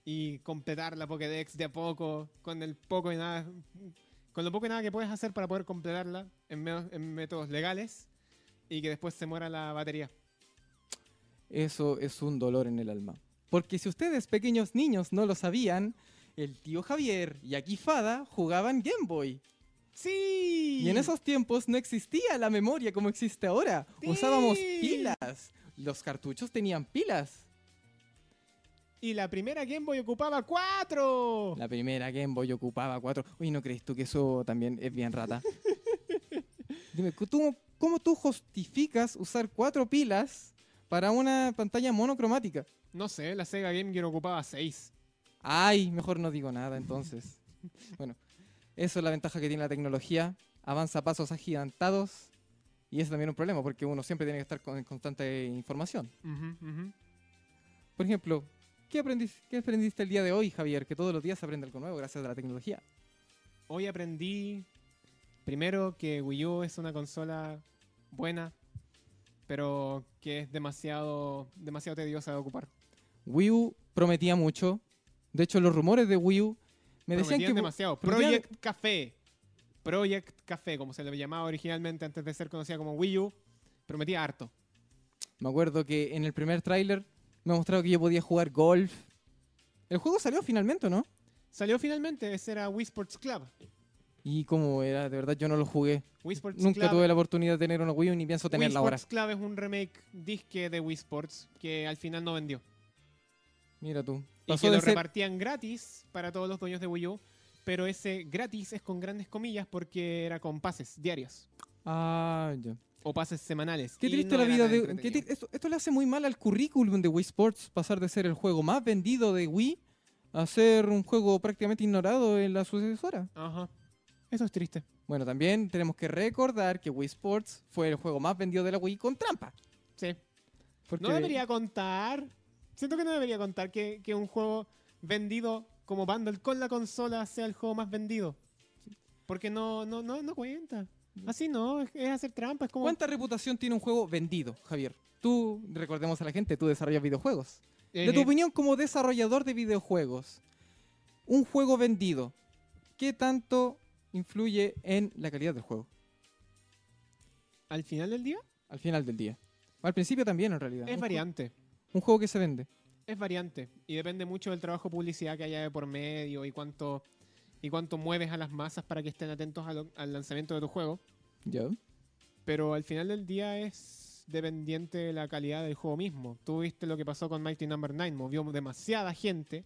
Speaker 4: y completar la Pokédex de a poco, con el poco y nada, con lo poco y nada que puedes hacer para poder completarla en, me- en métodos legales y que después se muera la batería.
Speaker 3: Eso es un dolor en el alma. Porque si ustedes, pequeños niños, no lo sabían, el tío Javier y aquí Fada jugaban Game Boy.
Speaker 4: ¡Sí!
Speaker 3: Y en esos tiempos no existía la memoria como existe ahora.
Speaker 4: Sí.
Speaker 3: Usábamos pilas. Los cartuchos tenían pilas.
Speaker 4: Y la primera Game Boy ocupaba cuatro.
Speaker 3: La primera Game Boy ocupaba cuatro. Uy, ¿no crees tú que eso también es bien rata? Dime, ¿cu- tú- ¿cómo tú justificas usar cuatro pilas para una pantalla monocromática?
Speaker 4: No sé, la Sega Game Gear ocupaba seis.
Speaker 3: Ay, mejor no digo nada entonces. Bueno, eso es la ventaja que tiene la tecnología. Avanza a pasos agigantados. Y es también un problema porque uno siempre tiene que estar con en constante información.
Speaker 4: Ujú, ujú.
Speaker 3: Por ejemplo, ¿qué aprendiste, ¿qué aprendiste el día de hoy, Javier? Que todos los días se aprende algo nuevo gracias a la tecnología.
Speaker 4: Hoy aprendí primero que Wii U es una consola buena, pero que es demasiado, demasiado tediosa de ocupar.
Speaker 3: Wii U prometía mucho. De hecho, los rumores de Wii U me decían
Speaker 4: Prometían
Speaker 3: que.
Speaker 4: demasiado.
Speaker 3: prometían-
Speaker 4: Project Café. Project Café, como se le llamaba originalmente antes de ser conocida como Wii U, prometía harto.
Speaker 3: Me acuerdo que en el primer tráiler me mostraron que yo podía jugar golf. El juego salió finalmente, ¿o ¿no?
Speaker 4: Salió finalmente, ese era Wii Sports Club.
Speaker 3: Y como era, de verdad yo no lo jugué.
Speaker 4: Wii Sports
Speaker 3: Nunca
Speaker 4: Club
Speaker 3: tuve la oportunidad de tener una Wii U ni pienso
Speaker 4: Wii
Speaker 3: tenerla ahora.
Speaker 4: Sports Club es un remake disque de Wii Sports que al final no vendió.
Speaker 3: Mira tú.
Speaker 4: Y
Speaker 3: Pasó
Speaker 4: que lo
Speaker 3: de ser-
Speaker 4: repartían gratis para todos los dueños de Wii U. Pero ese gratis es con grandes comillas porque era con pases diarios
Speaker 3: Ah, ya.
Speaker 4: o pases semanales.
Speaker 3: Qué
Speaker 4: y
Speaker 3: triste
Speaker 4: no
Speaker 3: la
Speaker 4: era
Speaker 3: vida
Speaker 4: nada
Speaker 3: de. qué
Speaker 4: entretenido.
Speaker 3: tri- esto, esto le hace muy mal al currículum de Wii Sports, pasar de ser el juego más vendido de Wii a ser un juego prácticamente ignorado en la sucesora.
Speaker 4: Ajá. Eso es triste.
Speaker 3: Bueno, también tenemos que recordar que Wii Sports fue el juego más vendido de la Wii con trampa.
Speaker 4: Sí.
Speaker 3: Porque
Speaker 4: No debería contar. Siento que no debería contar que, que un juego vendido como bundle con la consola sea el juego más vendido. Porque no, no, no, no cuenta. Así no, es, es hacer trampa. Es como.
Speaker 3: ¿Cuánta reputación tiene un juego vendido, Javier? Tú, recordemos a la gente, tú desarrollas videojuegos. De tu
Speaker 4: Eje.
Speaker 3: opinión como desarrollador de videojuegos, un juego vendido, ¿qué tanto influye en la calidad del juego?
Speaker 4: Al final del día
Speaker 3: Al final del día. Al principio también, en realidad.
Speaker 4: es
Speaker 3: Un-
Speaker 4: variante.
Speaker 3: Un juego que se vende.
Speaker 4: Es variante y depende mucho del trabajo de publicidad que haya de por medio y cuánto y cuánto mueves a las masas para que estén atentos a lo- al lanzamiento de tu juego.
Speaker 3: ¿Ya?
Speaker 4: Pero al final del día es dependiente de la calidad del juego mismo. Tú viste lo que pasó con Mighty Number 9, movió demasiada gente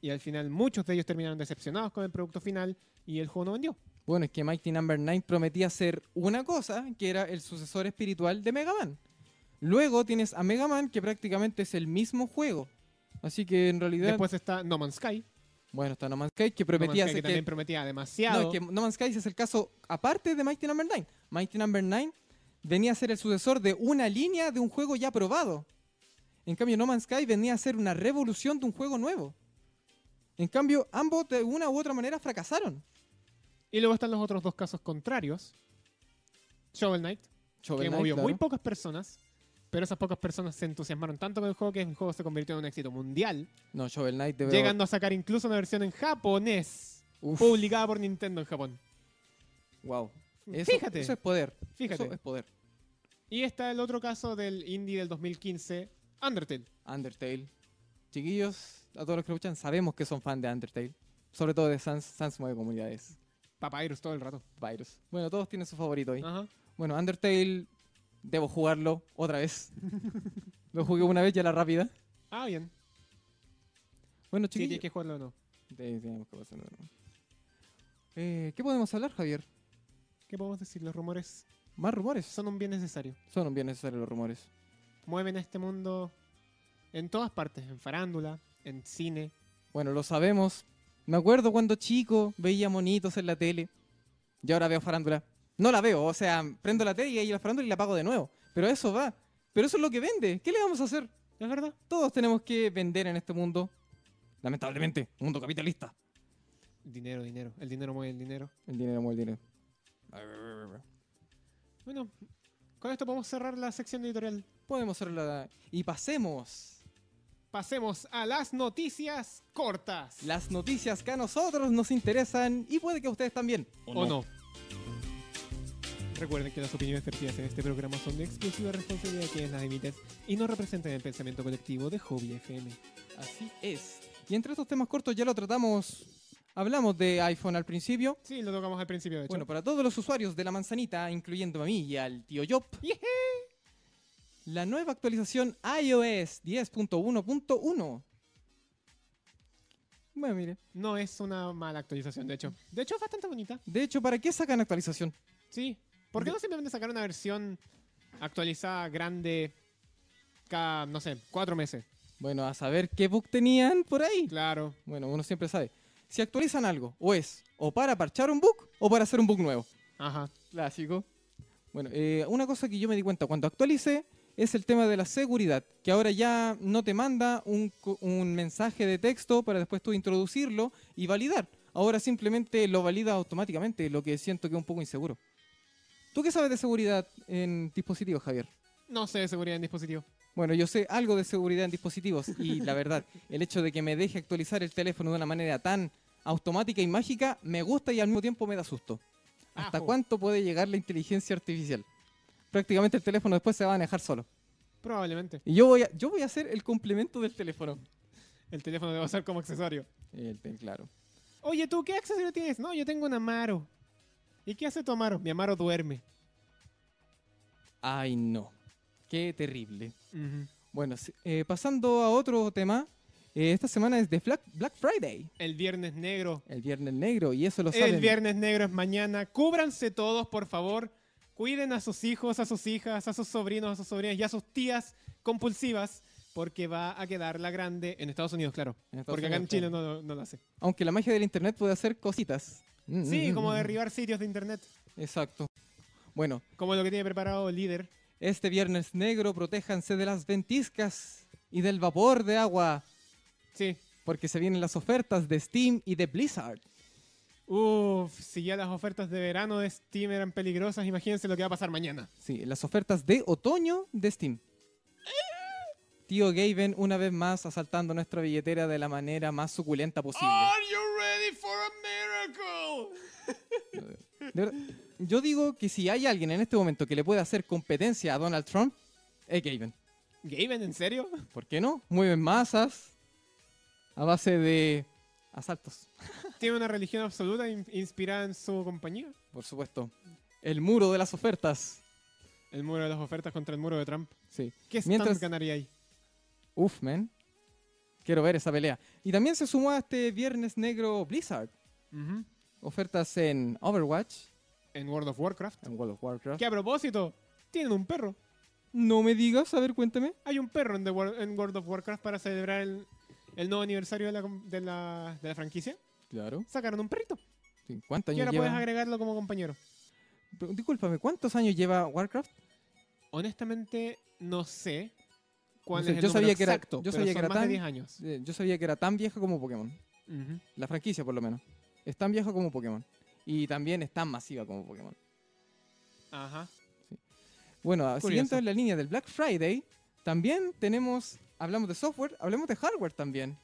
Speaker 4: y al final muchos de ellos terminaron decepcionados con el producto final y el juego no vendió.
Speaker 3: Bueno, es que Mighty Number 9 prometía ser una cosa, que era el sucesor espiritual de Mega Man. Luego tienes a Mega Man, que prácticamente es el mismo juego. Así que en realidad.
Speaker 4: Después está No Man's Sky,
Speaker 3: bueno, está No Man's Sky, que
Speaker 4: No Man's
Speaker 3: prometía
Speaker 4: Sky que
Speaker 3: ser.
Speaker 4: también
Speaker 3: que-
Speaker 4: prometía
Speaker 3: no,
Speaker 4: demasiado.
Speaker 3: es que No Man's Sky es el caso aparte de Mighty Number 9. Mighty Number 9 venía a ser el sucesor de una línea de un juego ya probado. En cambio, No Man's Sky venía a ser una revolución de un juego nuevo. En cambio, ambos de una u otra manera fracasaron.
Speaker 4: Y luego están los otros dos casos contrarios. Shovel Knight,
Speaker 3: Shovel
Speaker 4: que
Speaker 3: Knight,
Speaker 4: movió muy
Speaker 3: claro.
Speaker 4: pocas personas, pero esas pocas personas se entusiasmaron tanto con el juego que el juego se convirtió en un éxito mundial,
Speaker 3: No, Shovel Knight debe.
Speaker 4: llegando a sacar incluso una versión en japonés,
Speaker 3: Uf,
Speaker 4: publicada por Nintendo en Japón.
Speaker 3: wow.
Speaker 4: Mm,
Speaker 3: Eso,
Speaker 4: Fíjate.
Speaker 3: Eso es poder.
Speaker 4: Fíjate.
Speaker 3: Eso es poder.
Speaker 4: Y está el otro caso del indie del 2015, Undertale.
Speaker 3: Undertale. Chiquillos, a todos los que lo escuchan, sabemos que son fan de Undertale. Sobre todo de Sans, Sans Mueve Comunidades.
Speaker 4: Papyrus todo el rato.
Speaker 3: Virus. Bueno, todos tienen su favorito ahí.
Speaker 4: Ajá.
Speaker 3: Bueno, Undertale, debo jugarlo otra vez. lo jugué una vez ya a la rápida.
Speaker 4: Ah, bien.
Speaker 3: Bueno,
Speaker 4: Sí,
Speaker 3: chiquillos.
Speaker 4: tienes que jugarlo o no.
Speaker 3: Te- tenemos que pasarlo de nuevo. Eh, ¿Qué podemos hablar, Javier?
Speaker 4: ¿Qué podemos decir? Los rumores
Speaker 3: Más rumores.
Speaker 4: son un bien necesario.
Speaker 3: Son bien necesarios los rumores.
Speaker 4: Mueven a este mundo en todas partes, en farándula, en cine.
Speaker 3: Bueno, lo sabemos. Me acuerdo cuando chico veía monitos en la tele. Y ahora veo farándula. No la veo, o sea, prendo la tele y ahí la farándula y la apago de nuevo. Pero eso va. Pero eso es lo que vende. ¿Qué le vamos a hacer?
Speaker 4: ¿Es verdad?
Speaker 3: Todos tenemos que vender en este mundo. Lamentablemente, mundo capitalista.
Speaker 4: Dinero, dinero. El dinero mueve el dinero.
Speaker 3: El dinero mueve el dinero.
Speaker 4: Bueno, con esto podemos cerrar la sección editorial.
Speaker 3: Podemos hacerlo. la- Y pasemos
Speaker 4: Pasemos a las noticias cortas.
Speaker 3: las noticias que a nosotros nos interesan y puede que a ustedes también.
Speaker 4: ¿O no? Recuerden que las opiniones vertidas en este programa son de exclusiva responsabilidad de quienes las emiten y no representan el pensamiento colectivo de Hobby FM.
Speaker 3: Así es. Y entre estos temas cortos ya lo tratamos. Hablamos de iPhone al principio.
Speaker 4: Sí, lo tocamos al principio, de hecho.
Speaker 3: Bueno, para todos los usuarios de la manzanita, incluyendo a mí y al tío Job,
Speaker 4: Yeje.
Speaker 3: la nueva actualización iOS 10.1.1. Bueno, mire.
Speaker 4: no es una mala actualización, de hecho. De hecho, es bastante bonita.
Speaker 3: De hecho, ¿para qué sacan actualización?
Speaker 4: Sí. ¿Por qué no simplemente sacar una versión actualizada, grande, cada, no sé, cuatro meses?
Speaker 3: Bueno, a saber qué bug tenían por ahí.
Speaker 4: Claro.
Speaker 3: Bueno, uno siempre sabe. Si actualizan algo, o es o para parchar un bug o para hacer un bug nuevo.
Speaker 4: Ajá.
Speaker 3: Clásico. Bueno, eh, una cosa que yo me di cuenta cuando actualicé es el tema de la seguridad, que ahora ya no te manda un, co- un mensaje de texto para después tú introducirlo y validar. Ahora simplemente lo valida automáticamente, lo que siento que es un poco inseguro. ¿Tú qué sabes de seguridad en dispositivos, Javier?
Speaker 4: No sé de seguridad en dispositivo.
Speaker 3: Bueno, yo sé algo de seguridad en dispositivos y la verdad, el hecho de que me deje actualizar el teléfono de una manera tan automática y mágica me gusta y al mismo tiempo me da susto. ¿Hasta
Speaker 4: Ajo.
Speaker 3: cuánto puede llegar la inteligencia artificial? Prácticamente el teléfono después se va a manejar solo.
Speaker 4: Probablemente.
Speaker 3: Y yo voy a, yo voy a ser el complemento del teléfono.
Speaker 4: El teléfono debe ser como accesorio.
Speaker 3: El tel- claro.
Speaker 4: Oye, ¿tú qué accesorio tienes? No, yo tengo un Amaro. ¿Y qué hace tu Amaro? Mi Amaro duerme.
Speaker 3: Ay, no. Qué terrible. Bueno, si- eh, pasando a otro tema. eh, esta semana es de Fla- Black Friday.
Speaker 4: El viernes negro.
Speaker 3: El viernes negro. Y eso lo saben.
Speaker 4: El viernes negro es mañana. Cúbranse todos, por favor. Cuiden a sus hijos, a sus hijas, a sus sobrinos, a sus sobrinas y a sus tías compulsivas. Porque va a quedar la grande en Estados Unidos, claro.
Speaker 3: En Estados
Speaker 4: porque acá en
Speaker 3: Unidos,
Speaker 4: Chile
Speaker 3: claro.
Speaker 4: no, lo- no lo hace.
Speaker 3: Aunque la magia del internet puede hacer cositas. Mm,
Speaker 4: Sí,
Speaker 3: mm,
Speaker 4: como
Speaker 3: mm,
Speaker 4: derribar sitios de internet.
Speaker 3: Exacto. Bueno,
Speaker 4: Como lo que tiene preparado el líder.
Speaker 3: este viernes negro protéjanse de las ventiscas y del vapor de agua,
Speaker 4: Sí.
Speaker 3: porque se vienen las ofertas de Steam y de Blizzard.
Speaker 4: Uf, si ya las ofertas de verano de Steam eran peligrosas, imagínense lo que va a pasar mañana.
Speaker 3: Sí, las ofertas de otoño de Steam. Tío Gaben una vez más asaltando nuestra billetera de la manera más suculenta posible.
Speaker 4: you ready for a miracle?
Speaker 3: De verdad, yo digo que si hay alguien en este momento que le pueda hacer competencia a Donald Trump, es Gaben.
Speaker 4: ¿Gaben, en serio?
Speaker 3: ¿Por qué no? Mueven masas a base de asaltos,
Speaker 4: Tiene una religión absoluta in- inspirada en su compañía.
Speaker 3: por supuesto. El muro de las ofertas.
Speaker 4: El muro de las ofertas contra el muro de Trump.
Speaker 3: Sí.
Speaker 4: ¿Qué stand
Speaker 3: Mientras-
Speaker 4: ganaría ahí?
Speaker 3: Uf, man. Quiero ver esa pelea. Y también se sumó a este Viernes Negro Blizzard.
Speaker 4: Ujú.
Speaker 3: Ofertas en Overwatch,
Speaker 4: En World of Warcraft.
Speaker 3: en World of Warcraft.
Speaker 4: Que a propósito, tienen un perro.
Speaker 3: No me digas, a ver, cuéntame.
Speaker 4: Hay un perro en, The Wor- en World of Warcraft para celebrar el, el nuevo aniversario de la, com- de la- de la franquicia.
Speaker 3: Claro.
Speaker 4: Sacaron un perrito.
Speaker 3: Sí, ¿Cuántos
Speaker 4: Y
Speaker 3: años
Speaker 4: ahora
Speaker 3: lleva?
Speaker 4: puedes agregarlo como compañero.
Speaker 3: Pero, Discúlpame, ¿cuántos años lleva Warcraft?
Speaker 4: Honestamente, no sé cuál
Speaker 3: No sé,
Speaker 4: es el
Speaker 3: yo
Speaker 4: número
Speaker 3: sabía que era-
Speaker 4: exacto,
Speaker 3: yo
Speaker 4: pero
Speaker 3: sabía
Speaker 4: son
Speaker 3: que era
Speaker 4: más
Speaker 3: tan-
Speaker 4: de 10 años.
Speaker 3: Eh, Yo sabía que era tan vieja como Pokémon.
Speaker 4: Ujú.
Speaker 3: La franquicia, por lo menos. Es tan vieja como Pokémon. Y también es tan masiva como Pokémon.
Speaker 4: Ajá.
Speaker 3: Bueno,
Speaker 4: Curioso.
Speaker 3: siguiendo en la línea del Black Friday, también tenemos, hablamos de software, hablemos de hardware también.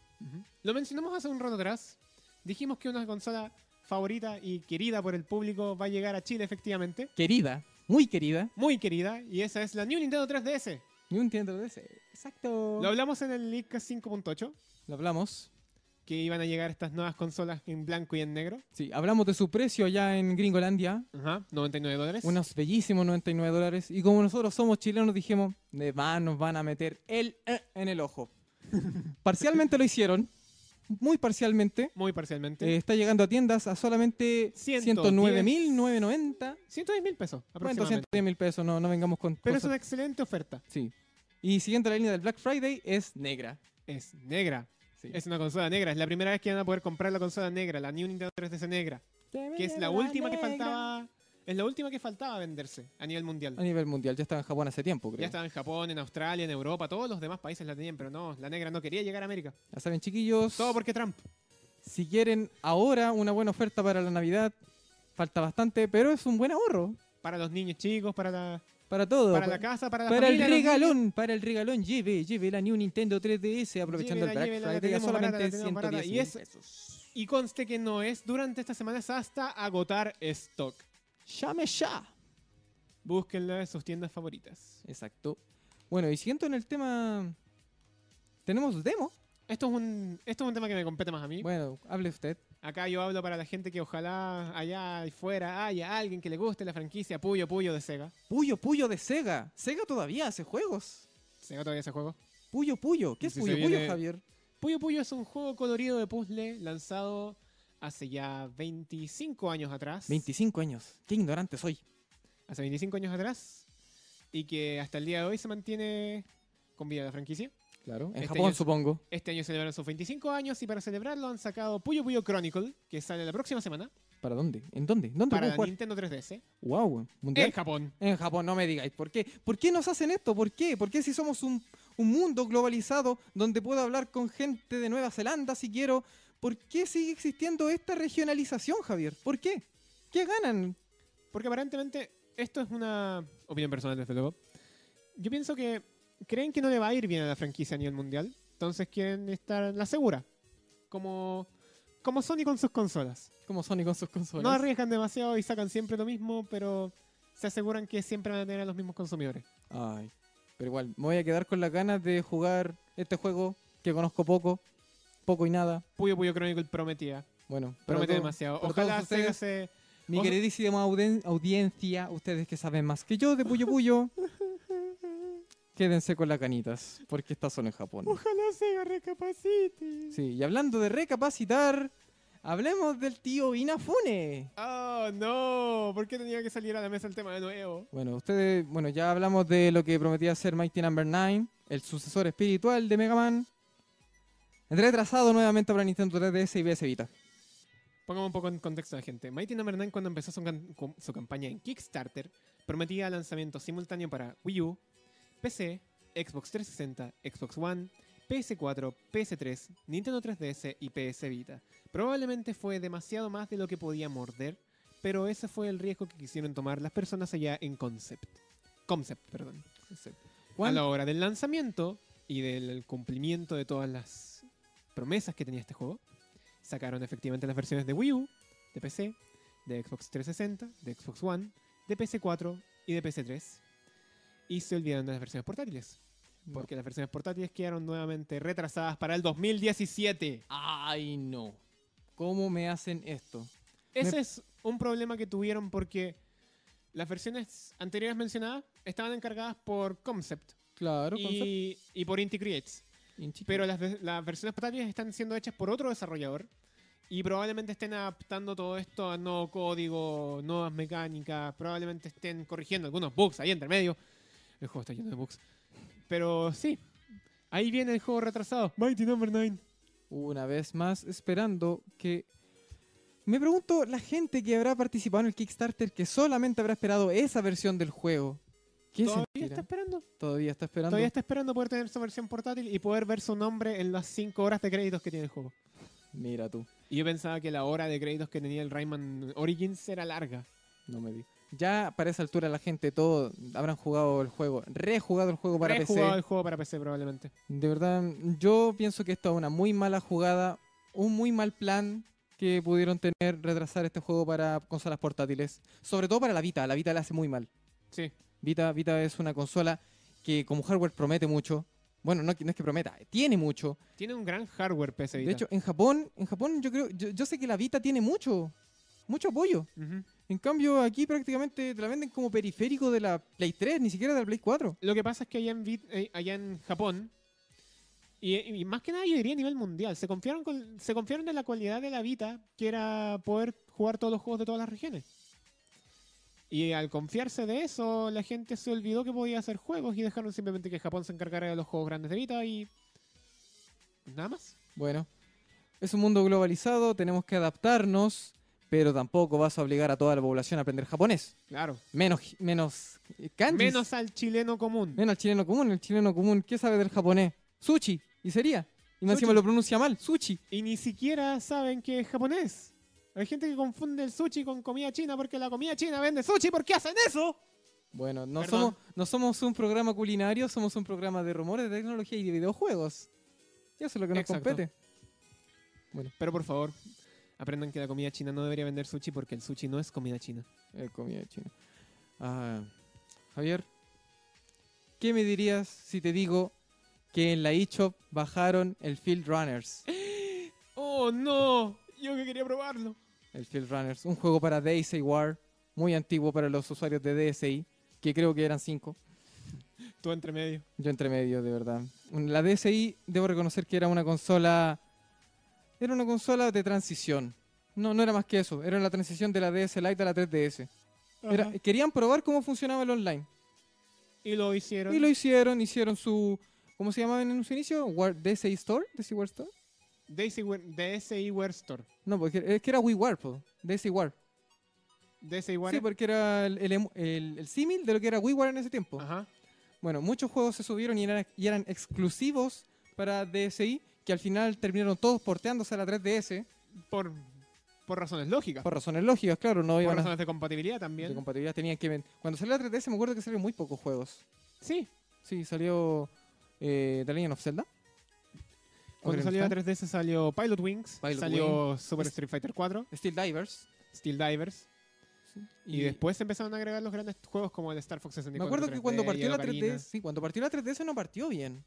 Speaker 4: Lo mencionamos hace un rato atrás. Dijimos que una consola favorita y querida por el público va a llegar a Chile, efectivamente.
Speaker 3: Querida, muy querida,
Speaker 4: Muy querida, y esa es la New Nintendo 3DS.
Speaker 3: Yo entiendo de ese. Exacto.
Speaker 4: Lo
Speaker 3: Lo,
Speaker 4: hablamos en el Leadcast 5.8,
Speaker 3: hablamos.
Speaker 4: que iban a llegar estas nuevas consolas en blanco y en negro.
Speaker 3: Sí, hablamos de su precio allá en Gringolandia.
Speaker 4: Ajá, 99 dólares.
Speaker 3: Unos bellísimos 99 dólares. Y como nosotros somos chilenos, dijimos, "Ne va- nos van a meter el eh en el ojo. parcialmente lo hicieron. Muy parcialmente.
Speaker 4: Muy parcialmente.
Speaker 3: Eh, está llegando a tiendas a solamente
Speaker 4: 110.
Speaker 3: 109.990.
Speaker 4: 110 mil pesos
Speaker 3: Bueno,
Speaker 4: aproximadamente.
Speaker 3: 110 mil pesos, no, no vengamos con
Speaker 4: Pero es
Speaker 3: cosas-
Speaker 4: una excelente oferta.
Speaker 3: Sí. Y siguiendo la línea del Black Friday, es negra.
Speaker 4: Es negra.
Speaker 3: Sí.
Speaker 4: Es una consola negra. Es la primera vez que van a poder comprar la consola negra, la New Nintendo 3DS negra. Que es la última que
Speaker 3: Negra.
Speaker 4: faltaba. Es la última que faltaba venderse a nivel mundial.
Speaker 3: A nivel mundial, ya estaba en Japón hace tiempo, creo.
Speaker 4: Ya estaba en Japón, en Australia, en Europa, todos los demás países la tenían, pero no, la negra no quería llegar a América.
Speaker 3: Ya saben, chiquillos.
Speaker 4: Todo porque Trump.
Speaker 3: Si quieren ahora una buena oferta para la Navidad, falta bastante, pero es un buen ahorro
Speaker 4: Para los niños chicos, para la,
Speaker 3: para todo.
Speaker 4: para
Speaker 3: Pa-
Speaker 4: la casa, para la
Speaker 3: para el
Speaker 4: familia. los niños.
Speaker 3: regalón, para el regalón, lleve, lleve la New Nintendo 3DS aprovechando
Speaker 4: Llévela,
Speaker 3: el Black
Speaker 4: llévela, la
Speaker 3: Friday a
Speaker 4: tenemos barata, la
Speaker 3: solamente
Speaker 4: tenemos barata.
Speaker 3: 110
Speaker 4: Y es-
Speaker 3: pesos.
Speaker 4: Y conste que no es durante estas semanas hasta agotar stock.
Speaker 3: Llame ya.
Speaker 4: Búsquenla en sus tiendas favoritas.
Speaker 3: Exacto. Bueno, y siguiendo en el tema, tenemos demo.
Speaker 4: Esto es un, esto es un tema que me compete más a mí.
Speaker 3: Bueno, hable usted.
Speaker 4: Acá yo hablo para la gente que ojalá allá y fuera haya alguien que le guste la franquicia Puyo Puyo de Sega.
Speaker 3: Puyo, Puyo de Sega. Sega todavía hace juegos.
Speaker 4: Sega todavía ese juego.
Speaker 3: Puyo, Puyo. ¿Qué es
Speaker 4: Si se
Speaker 3: Puyo,
Speaker 4: viene-
Speaker 3: Puyo, Javier?
Speaker 4: Puyo Puyo es un juego colorido de puzzle lanzado hace ya 25 años atrás.
Speaker 3: 25 años. Qué ignorante soy.
Speaker 4: Hace 25 años atrás. Y que hasta el día de hoy se mantiene con vida la franquicia.
Speaker 3: Claro. En
Speaker 4: Este año
Speaker 3: Japón,
Speaker 4: es-
Speaker 3: supongo.
Speaker 4: Este año celebran sus 25 años y para celebrarlo han sacado Puyo Puyo Chronicle, que sale la próxima semana
Speaker 3: ¿Para dónde? ¿En dónde? ¿Dónde
Speaker 4: para
Speaker 3: puedo
Speaker 4: la
Speaker 3: jugar?
Speaker 4: Nintendo 3DS
Speaker 3: Wow,
Speaker 4: en
Speaker 3: mundial.
Speaker 4: Japón.
Speaker 3: En Japón, no me digáis. ¿Por qué? ¿Por qué nos hacen esto? ¿Por qué? ¿Por qué si somos un, un mundo globalizado donde puedo hablar con gente de Nueva Zelanda si quiero? ¿Por qué sigue existiendo esta regionalización, Javier? ¿Por qué? ¿Qué ganan?
Speaker 4: Porque aparentemente, esto es una opinión personal, desde luego. Yo pienso que creen que no le va a ir bien a la franquicia a nivel mundial, entonces quieren estar en la segura. Como, como Sony con sus consolas.
Speaker 3: Como Sony con sus consolas.
Speaker 4: No arriesgan demasiado y sacan siempre lo mismo, pero se aseguran que siempre van a tener a los mismos consumidores.
Speaker 3: Ay, pero igual, me voy a quedar con las ganas de jugar este juego que conozco poco, poco y nada.
Speaker 4: Puyo Puyo Chronicle prometía.
Speaker 3: Bueno, pero
Speaker 4: Promete
Speaker 3: todo-
Speaker 4: demasiado.
Speaker 3: pero
Speaker 4: Ojalá
Speaker 3: todos ustedes-
Speaker 4: Sega se...
Speaker 3: Mi
Speaker 4: Ojo.
Speaker 3: queridísima auden- audiencia, ustedes que saben más que yo de Puyo Puyo, quédense con las ganitas, porque está solo en Japón.
Speaker 4: Ojalá Sega recapacite.
Speaker 3: Sí, y hablando de recapacitar, hablemos del tío Inafune.
Speaker 4: Oh, no. ¿Por qué tenía que salir a la mesa el tema de nuevo?
Speaker 3: Bueno, ustedes, bueno, ya hablamos de lo que prometía ser Mighty Number 9, el sucesor espiritual de Mega Man. Retrasado nuevamente para Nintendo 3DS y PS Vita.
Speaker 4: Pongamos un poco en contexto a la gente. Mighty No. 9 cuando empezó su, can- cu- su campaña en Kickstarter prometía lanzamiento simultáneo para Wii U, PC, Xbox 360, Xbox One, PS4, PS3, Nintendo 3DS y PS Vita. Probablemente fue demasiado más de lo que podía morder, pero ese fue el riesgo que quisieron tomar las personas allá en Concept. Concept, perdón. A
Speaker 3: ¿Cuán-
Speaker 4: la hora del lanzamiento y del cumplimiento de todas las promesas que tenía este juego, sacaron efectivamente las versiones de Wii U, de PC, de Xbox 360, de Xbox One, de PS4 y de PS3. Y se olvidaron de las versiones portátiles. Porque las versiones portátiles quedaron nuevamente retrasadas para el 2017.
Speaker 3: Ay, no. ¿Cómo me hacen esto?
Speaker 4: Ese es un problema que tuvieron porque las versiones anteriores mencionadas estaban encargadas por Concept
Speaker 3: Claro, concepto.
Speaker 4: y, y por Inti Creates.
Speaker 3: Inchi-
Speaker 4: Pero las, ve- las versiones portátiles están siendo hechas por otro desarrollador y probablemente estén adaptando todo esto a nuevo código, nuevas mecánicas, probablemente estén corrigiendo algunos bugs ahí entre medio. El juego está lleno de bugs. Pero sí, ahí viene el juego retrasado. Mighty Number 9.
Speaker 3: una vez más esperando que... Me pregunto la gente que habrá participado en el Kickstarter que solamente habrá esperado esa versión del juego. ¿Qué
Speaker 4: Todavía
Speaker 3: sentirá?
Speaker 4: está esperando.
Speaker 3: Todavía está esperando.
Speaker 4: Todavía está esperando poder tener su versión portátil y poder ver su nombre en las 5 horas de créditos que tiene el juego.
Speaker 3: Mira tú,
Speaker 4: Y yo pensaba que la hora de créditos que tenía el Rayman Origins era larga.
Speaker 3: no me digas. Ya para esa altura la gente todo habrán jugado el juego, rejugado el juego para
Speaker 4: Habré
Speaker 3: PC.
Speaker 4: jugado el juego para PC probablemente.
Speaker 3: De verdad, yo pienso que esta es una muy mala jugada, un muy mal plan que pudieron tener retrasar este juego para consolas portátiles, sobre todo para la Vita, la Vita la hace muy mal.
Speaker 4: Sí.
Speaker 3: Vita, Vita es una consola que como hardware promete mucho. Bueno, no, que- no es que prometa, tiene mucho.
Speaker 4: Tiene un gran hardware PC Vita.
Speaker 3: De hecho, en Japón, en Japón yo creo, yo, yo sé que la Vita tiene mucho, mucho apoyo.
Speaker 4: Ujú.
Speaker 3: En cambio, aquí prácticamente te la venden como periférico de la Play 3, ni siquiera de la Play 4.
Speaker 4: lo que pasa es que allá en, Vit- eh, allá en Japón, y, y más que nada yo diría a nivel mundial, se confiaron, con- se confiaron en la cualidad de la Vita, que era poder jugar todos los juegos de todas las regiones. Y al confiarse de eso, la gente se olvidó que podía hacer juegos y dejaron simplemente que Japón se encargara de los juegos grandes de Vita y... Nada más.
Speaker 3: Bueno, es un mundo globalizado, tenemos que adaptarnos, pero tampoco vas a obligar a toda la población a aprender japonés.
Speaker 4: Claro.
Speaker 3: Menos, menos eh, kanjis,
Speaker 4: Menos al chileno común.
Speaker 3: menos al chileno común, el chileno común, ¿qué sabe del japonés? Sushi, y sería. Y más encima
Speaker 4: Sushi.
Speaker 3: lo pronuncia mal, sushi.
Speaker 4: Y ni siquiera saben que es japonés. Hay gente que confunde el sushi con comida china porque la comida china vende sushi. ¿Por qué hacen eso?
Speaker 3: Bueno, no
Speaker 4: Perdón.
Speaker 3: somos, no somos un programa culinario, somos un programa de rumores, de tecnología y de videojuegos. Y eso es lo que nos
Speaker 4: Exacto.
Speaker 3: compete.
Speaker 4: Pero por favor, aprendan que la comida china no debería vender sushi porque el sushi no es comida china.
Speaker 3: Eh, comida china. Ah, Javier, ¿qué me dirías si te digo que en la eShop bajaron el Field Runners?
Speaker 4: ¡Oh, no! Yo que quería probarlo.
Speaker 3: El Field Runners, un juego para DSi War, muy antiguo para los usuarios de DSi, que creo que eran cinco.
Speaker 4: Tú entre medio.
Speaker 3: Yo entre medio, de verdad. Un- La DSi, debo reconocer que era una consola. Era una consola de transición. No, no era más que eso. Era la transición de la DS Lite a la 3DS. Era-
Speaker 4: Ajá.
Speaker 3: querían probar cómo funcionaba el online.
Speaker 4: Y lo hicieron.
Speaker 3: Y lo hicieron, hicieron su. ¿Cómo se llamaban en su inicio? War, DSi Store? ¿DSi War Store?
Speaker 4: DSi Ware- DSi Ware Store.
Speaker 3: No, porque es que era WiiWare, po. DSi War.
Speaker 4: DSi Ware.
Speaker 3: Sí, porque era el, el, emu- el- el símil de lo que era WiiWare en ese tiempo.
Speaker 4: Ajá.
Speaker 3: Bueno, muchos juegos se subieron y eran, y eran exclusivos para DSi, que al final terminaron todos porteándose a la 3DS.
Speaker 4: Por, por razones lógicas. Por,
Speaker 3: Por razones lógicas, claro, no iban a.
Speaker 4: razones de compatibilidad
Speaker 3: De
Speaker 4: también.
Speaker 3: compatibilidad tenían que. ven- Cuando salió la 3DS, me acuerdo que salieron muy pocos juegos.
Speaker 4: sí.
Speaker 3: Sí, salió. Eh, The Legend of Zelda.
Speaker 4: Cuando
Speaker 3: Ocarina of
Speaker 4: salió la
Speaker 3: Time,
Speaker 4: 3DS salió Pilot Wings.
Speaker 3: Pilot
Speaker 4: salió Super
Speaker 3: Es-
Speaker 4: Street Fighter 4.
Speaker 3: Steel Divers.
Speaker 4: Steel Divers. Y,
Speaker 3: y-
Speaker 4: después empezaron a agregar los grandes juegos como el Star Fox 64.
Speaker 3: Me acuerdo que cuando
Speaker 4: 3D,
Speaker 3: partió
Speaker 4: y
Speaker 3: la
Speaker 4: el Ocarina.
Speaker 3: 3DS, sí, cuando partió la 3DS no partió bien.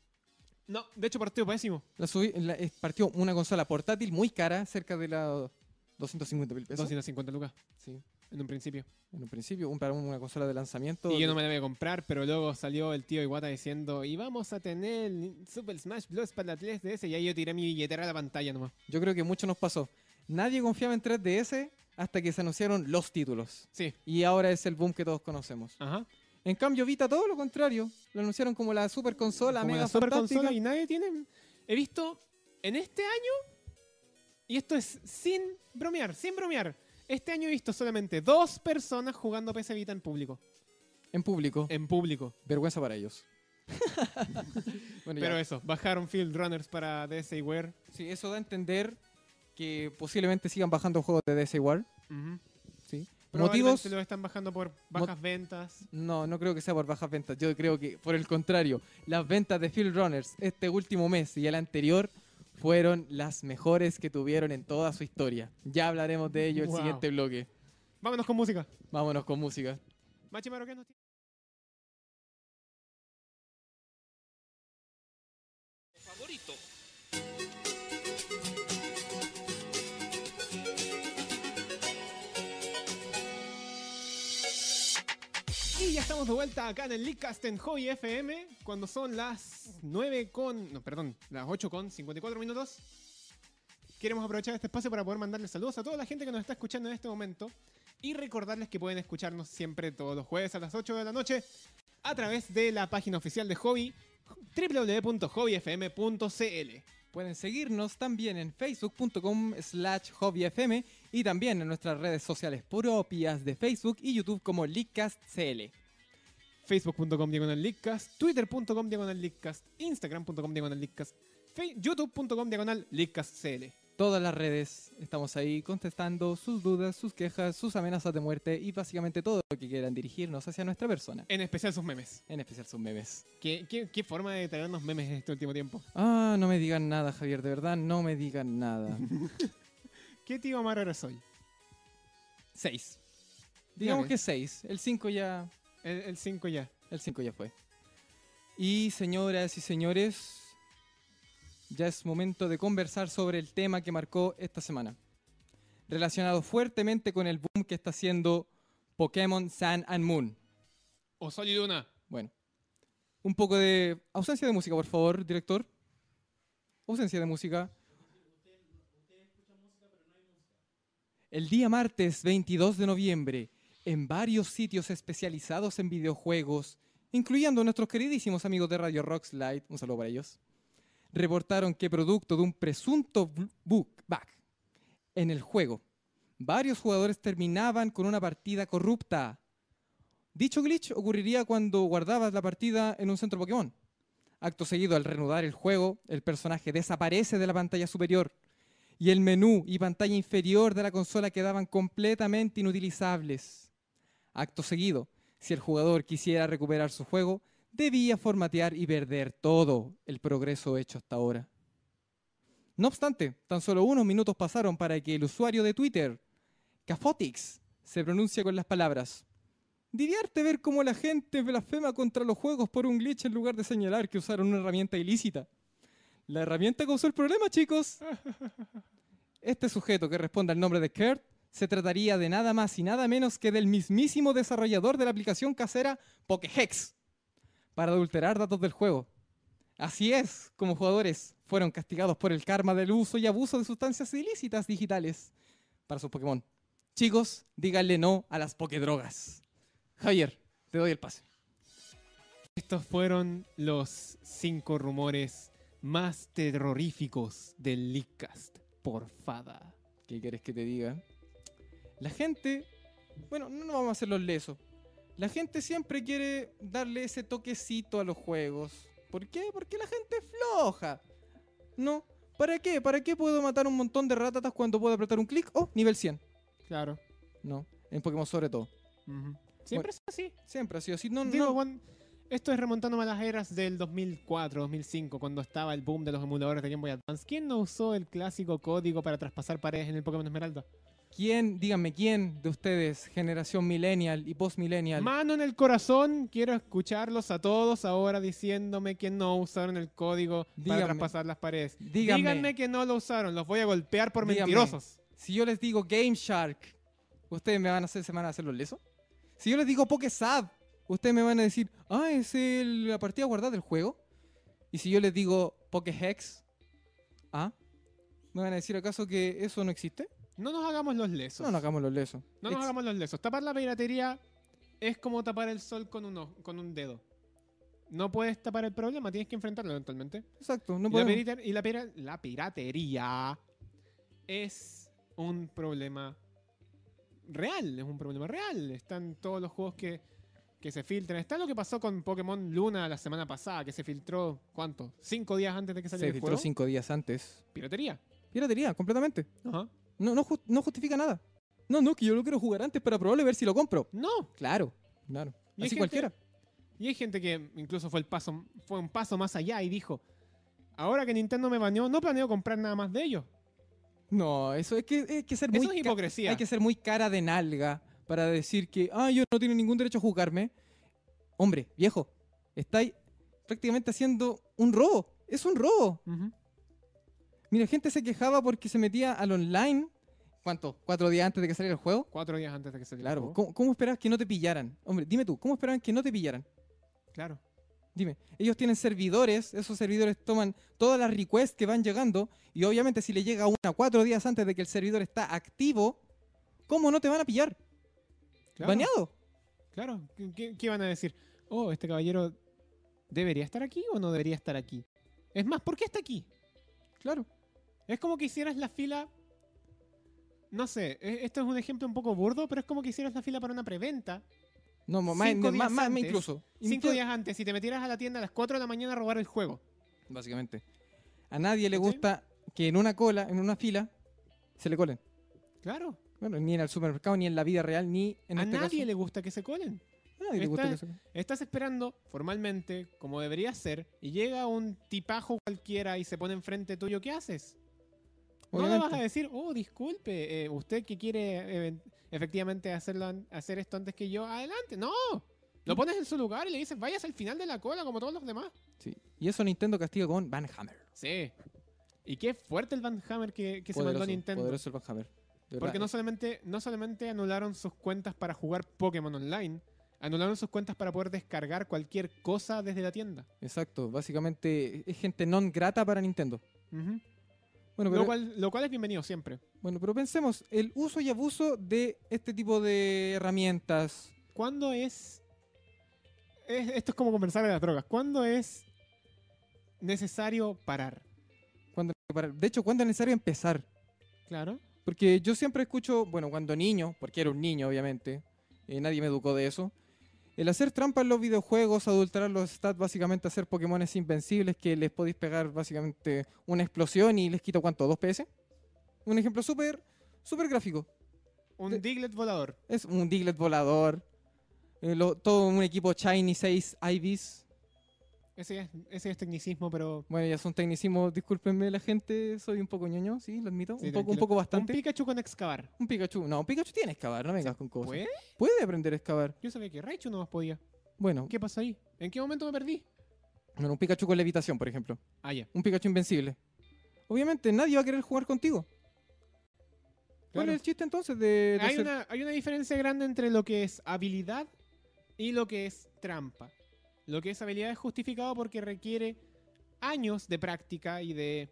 Speaker 4: No, de hecho partió pésimo.
Speaker 3: La subí- la- eh, partió una consola portátil muy cara, cerca de la 250 mil pesos.
Speaker 4: 250 lucas
Speaker 3: Sí,
Speaker 4: en un principio.
Speaker 3: en un principio, un- para una consola de lanzamiento.
Speaker 4: Y yo no me la voy a comprar, pero luego salió el tío Iwata diciendo, y vamos a tener el Super Smash Bros. para la 3DS. Y ahí yo tiré mi billetera a la pantalla nomás.
Speaker 3: Yo creo que mucho nos pasó. Nadie confiaba en 3DS hasta que se anunciaron los títulos.
Speaker 4: Sí.
Speaker 3: Y ahora es el boom que todos conocemos.
Speaker 4: Ajá.
Speaker 3: En cambio, Vita, todo lo contrario. Lo anunciaron como la super consola,
Speaker 4: Como
Speaker 3: mega
Speaker 4: la super
Speaker 3: fantástica.
Speaker 4: consola y nadie tiene... He visto en este año, y esto es sin bromear, sin bromear. Este año he visto solamente dos personas jugando PS Vita en público.
Speaker 3: En público.
Speaker 4: En público.
Speaker 3: Vergüenza para ellos. Bueno, ya.
Speaker 4: Pero eso, bajaron Field Runners para DSiWare.
Speaker 3: Sí, eso da a entender que posiblemente sigan bajando juegos de DS igual.
Speaker 4: Ujú.
Speaker 3: Sí.
Speaker 4: Probablemente
Speaker 3: ¿Motivos?
Speaker 4: lo están bajando por bajas ventas.
Speaker 3: No, no creo que sea por bajas ventas. Yo creo que, por el contrario, las ventas de Field Runners este último mes y el anterior fueron las mejores que tuvieron en toda su historia. Ya hablaremos de ello en
Speaker 4: Wow.
Speaker 3: el siguiente bloque.
Speaker 4: Vámonos con música.
Speaker 3: Vámonos con música.
Speaker 4: Machimaro, ¿qué nos tiene? Favorito. Y ya estamos de vuelta acá en el Leadcast en Hobby FM cuando son las 9 con. No, perdón, las 8 con 54 minutos. Queremos aprovechar este espacio para poder mandarles saludos a toda la gente que nos está escuchando en este momento y recordarles que pueden escucharnos siempre todos los jueves a las 8 de la noche a través de la página oficial de Hobby www.hobbyfm.cl.
Speaker 3: Pueden seguirnos también en facebook.com slash hobbyfm y también en nuestras redes sociales propias de Facebook y YouTube como LeakCastCL.
Speaker 4: facebook.com diagonal leakcast, twitter.com diagonal leakcast, instagram.com diagonal leakcast, fe- youtube.com diagonal leakcastcl.
Speaker 3: Todas las redes estamos ahí contestando sus dudas, sus quejas, sus amenazas de muerte y básicamente todo lo que quieran dirigirnos hacia nuestra persona.
Speaker 4: En especial sus memes.
Speaker 3: En especial sus memes.
Speaker 4: ¿Qué, qué, qué forma de traernos memes en este último tiempo?
Speaker 3: Ah, no me digan nada, Javier, de verdad, no me digan nada.
Speaker 4: ¿Qué tío Amaro eres hoy?
Speaker 3: Seis. Digamos
Speaker 4: Dale.
Speaker 3: que seis. El cinco ya
Speaker 4: El 5 ya.
Speaker 3: El 5 ya fue. Y señoras y señores, ya es momento de conversar sobre el tema que marcó esta semana. Relacionado fuertemente con el boom que está haciendo Pokémon Sun and Moon.
Speaker 4: O Sol y Luna.
Speaker 3: Bueno, un poco de ausencia de música, por favor, director. Ausencia de música. El día martes 22 de noviembre, en varios sitios especializados en videojuegos, incluyendo nuestros queridísimos amigos de Radio Rock Slide, un saludo para ellos, reportaron que producto de un presunto bl- bug bug en el juego, varios jugadores terminaban con una partida corrupta. Dicho glitch ocurriría cuando guardabas la partida en un centro Pokémon. Acto seguido, al reanudar el juego, el personaje desaparece de la pantalla superior y el menú y pantalla inferior de la consola quedaban completamente inutilizables. Acto seguido, si el jugador quisiera recuperar su juego, debía formatear y perder todo el progreso hecho hasta ahora. No obstante, tan solo unos minutos pasaron para que el usuario de Twitter, Cafotix, se pronuncie con las palabras Divierte ver cómo la gente blasfema contra los juegos por un glitch en lugar de señalar que usaron una herramienta ilícita. La herramienta causó el problema, chicos. Este sujeto que responde al nombre de Kurt se trataría de nada más y nada menos que del mismísimo desarrollador de la aplicación casera Pokehex para adulterar datos del juego. Así es, como jugadores fueron castigados por el karma del uso y abuso de sustancias ilícitas digitales para sus Pokémon. Chicos, díganle no a las Pokédrogas. Javier, te doy el pase.
Speaker 4: Estos fueron los cinco rumores más terroríficos del Leakcast. Por fada.
Speaker 3: ¿Qué quieres que te diga? La gente, bueno, no nos vamos a hacer los lesos. La gente siempre quiere darle ese toquecito a los juegos. ¿Por qué? Porque la gente es floja. No, ¿para qué? ¿Para qué puedo matar un montón de ratatas cuando puedo apretar un clic? Oh, nivel 100.
Speaker 4: Claro.
Speaker 3: No, en Pokémon sobre todo.
Speaker 4: Siempre es así.
Speaker 3: Siempre ha sido así. No,
Speaker 4: Digo,
Speaker 3: no.
Speaker 4: Juan, esto es remontando a las eras del 2004, 2005, cuando estaba el boom de los emuladores de Game Boy Advance. ¿Quién no usó el clásico código para traspasar paredes en el Pokémon Esmeralda?
Speaker 3: ¿Quién, díganme, quién de ustedes, generación millennial y post-millennial,
Speaker 4: Mano en el corazón, quiero escucharlos a todos ahora diciéndome que no usaron el código
Speaker 3: Díganme.
Speaker 4: para traspasar las paredes.
Speaker 3: Díganme.
Speaker 4: que no lo usaron, los voy a golpear por
Speaker 3: Díganme.
Speaker 4: mentirosos.
Speaker 3: Si yo les digo Game Shark, ¿ustedes me van a hacer, se van a hacer los lesos? Si yo les digo PokéSab, ¿ustedes me van a decir, ah, es el- la partida guardada del juego? Y si yo les digo Pokéhex, ¿ah? ¿Me van a decir acaso que eso no existe?
Speaker 4: No nos hagamos los lesos.
Speaker 3: No, no hagamos los lesos.
Speaker 4: No nos
Speaker 3: Ex-
Speaker 4: hagamos los lesos. Tapar la piratería es como tapar el sol con un, ojo- con un dedo. No puedes tapar el problema, tienes que enfrentarlo eventualmente.
Speaker 3: Exacto, no
Speaker 4: Y la
Speaker 3: podemos.
Speaker 4: pirita- y la, pira- la piratería es un problema real, es un problema real. Están todos los juegos que, que se filtran. Está lo que pasó con Pokémon Luna la semana pasada, que se filtró, ¿cuánto? ¿Cinco días antes de que saliera
Speaker 3: Se
Speaker 4: el
Speaker 3: filtró
Speaker 4: juego?
Speaker 3: cinco días antes.
Speaker 4: Piratería.
Speaker 3: Piratería, completamente.
Speaker 4: Ajá.
Speaker 3: No, no, ju- no justifica nada. No, no, que yo lo quiero jugar antes para probarlo y ver si lo compro.
Speaker 4: No,
Speaker 3: Claro, claro.
Speaker 4: Y hay
Speaker 3: Así
Speaker 4: gente-
Speaker 3: cualquiera.
Speaker 4: Y hay gente que incluso fue, el paso, fue un paso más allá y dijo, ahora que Nintendo me baneó, no planeo comprar nada más de ellos.
Speaker 3: No, eso es que, es que ser muy
Speaker 4: Eso es
Speaker 3: ca-
Speaker 4: hipocresía.
Speaker 3: Hay que ser muy cara de nalga para decir que, ah, yo no tengo ningún derecho a juzgarme. Hombre, viejo, estáis prácticamente haciendo un robo. Es un robo.
Speaker 4: Ujú.
Speaker 3: Mira, gente se quejaba porque se metía al online ¿Cuánto? ¿Cuatro días antes de que saliera el juego?
Speaker 4: Cuatro días antes de que saliera. el
Speaker 3: Claro.
Speaker 4: juego.
Speaker 3: ¿Cómo, cómo esperabas que no te pillaran? Hombre, dime tú, ¿cómo esperaban que no te pillaran?
Speaker 4: Claro.
Speaker 3: Dime, ellos tienen servidores, esos servidores toman todas las requests que van llegando y obviamente si le llega una cuatro días antes de que el servidor está activo, ¿cómo no te van a pillar?
Speaker 4: Claro.
Speaker 3: ¿Baneado?
Speaker 4: Claro. ¿Qué, qué, qué van a decir? Oh, este caballero debería estar aquí o no debería estar aquí. Es más, ¿por qué está aquí?
Speaker 3: Claro.
Speaker 4: Es como que hicieras la fila. No sé, e- esto es un ejemplo un poco burdo, pero es como que hicieras la fila para una preventa.
Speaker 3: No, mo- más,
Speaker 4: Cinco
Speaker 3: más,
Speaker 4: días
Speaker 3: más- más
Speaker 4: antes.
Speaker 3: incluso.
Speaker 4: Cinco
Speaker 3: Inclu-
Speaker 4: días antes, si te metieras a la tienda a las 4 de la mañana a robar el juego.
Speaker 3: Básicamente. A nadie le
Speaker 4: ¿Cachai?
Speaker 3: gusta que en una cola, en una fila, se le colen.
Speaker 4: Claro.
Speaker 3: Bueno, ni en el supermercado, ni en la vida real, ni en
Speaker 4: a
Speaker 3: este
Speaker 4: nadie
Speaker 3: caso.
Speaker 4: le gusta que se colen.
Speaker 3: A nadie le gusta
Speaker 4: Esta-
Speaker 3: que se-
Speaker 4: Estás esperando formalmente, como debería ser, y llega un tipajo cualquiera y se pone enfrente tuyo. ¿Qué haces? No le vas a
Speaker 3: Obviamente.
Speaker 4: decir, oh, disculpe, eh, usted que quiere eh, efectivamente hacerlo, an- hacer esto antes que yo, adelante. No, lo pones en su lugar y le dices, vayas al final de la cola como todos los demás.
Speaker 3: Sí. Y eso Nintendo castiga con Van Hammer.
Speaker 4: Sí. Y qué fuerte el Van Hammer que, que se mandó Nintendo.
Speaker 3: Poderoso el Van Hammer. De
Speaker 4: Porque
Speaker 3: verdad,
Speaker 4: no solamente, no solamente anularon sus cuentas para jugar Pokémon Online, anularon sus cuentas para poder descargar cualquier cosa desde la tienda.
Speaker 3: Exacto, básicamente es gente non grata para Nintendo.
Speaker 4: Ujú.
Speaker 3: Bueno,
Speaker 4: lo,
Speaker 3: pero,
Speaker 4: cual, lo cual es bienvenido siempre.
Speaker 3: bueno, pero pensemos, el uso y abuso de este tipo de herramientas.
Speaker 4: ¿Cuándo es, es- Esto es como conversar de las drogas. ¿Cuándo es necesario parar?
Speaker 3: Cuando, para- de hecho, ¿cuándo es necesario empezar?
Speaker 4: Claro.
Speaker 3: Porque yo siempre escucho, bueno, cuando niño, porque era un niño, obviamente, eh, nadie me educó de eso. El hacer trampa en los videojuegos, adulterar los stats, básicamente hacer Pokémones invencibles que les podéis pegar básicamente una explosión y les quita cuánto, ¿2 PS? Un ejemplo súper, súper gráfico.
Speaker 4: Un
Speaker 3: De-
Speaker 4: Diglett volador.
Speaker 3: Es un Diglett volador. eh, lo- todo un equipo Shiny 6 Ibis.
Speaker 4: Ese es, ese es tecnicismo, pero...
Speaker 3: Bueno, ya son tecnicismos, discúlpenme la gente, soy un poco ñoño, sí, lo admito.
Speaker 4: Sí,
Speaker 3: un, poco, un
Speaker 4: tranquilo.
Speaker 3: poco
Speaker 4: Un
Speaker 3: bastante.
Speaker 4: Pikachu con excavar.
Speaker 3: Un Pikachu. No, un Pikachu tiene excavar, no vengas con cosas.
Speaker 4: ¿Puede?
Speaker 3: Puede aprender a excavar.
Speaker 4: Yo sabía que Raichu no más podía.
Speaker 3: Bueno,
Speaker 4: ¿Qué pasó ahí? ¿En qué momento me perdí?
Speaker 3: bueno, un Pikachu con levitación, por ejemplo.
Speaker 4: Ah, ya.
Speaker 3: Un Pikachu invencible. Obviamente nadie va a querer jugar contigo. ¿Cuál
Speaker 4: Claro.
Speaker 3: es el chiste entonces de, de
Speaker 4: Hay
Speaker 3: hacer-
Speaker 4: una, hay una diferencia grande entre lo que es habilidad y lo que es trampa. Lo que es habilidad es justificado porque requiere años de práctica y de,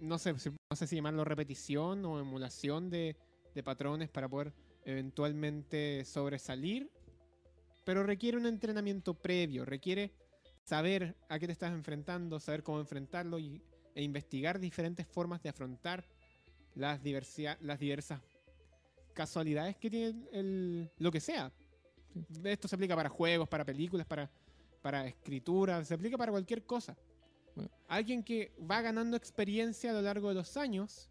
Speaker 4: no sé, si- no sé si llamarlo repetición o emulación de, de patrones para poder eventualmente sobresalir, pero requiere un entrenamiento previo, requiere saber a qué te estás enfrentando, saber cómo enfrentarlo y, e investigar diferentes formas de afrontar las, diversidad, las diversas casualidades que tiene el, lo que sea. Esto se aplica para juegos, para películas, para, para escritura, se aplica para cualquier cosa.
Speaker 3: Bueno.
Speaker 4: Alguien que va ganando experiencia a lo largo de los años,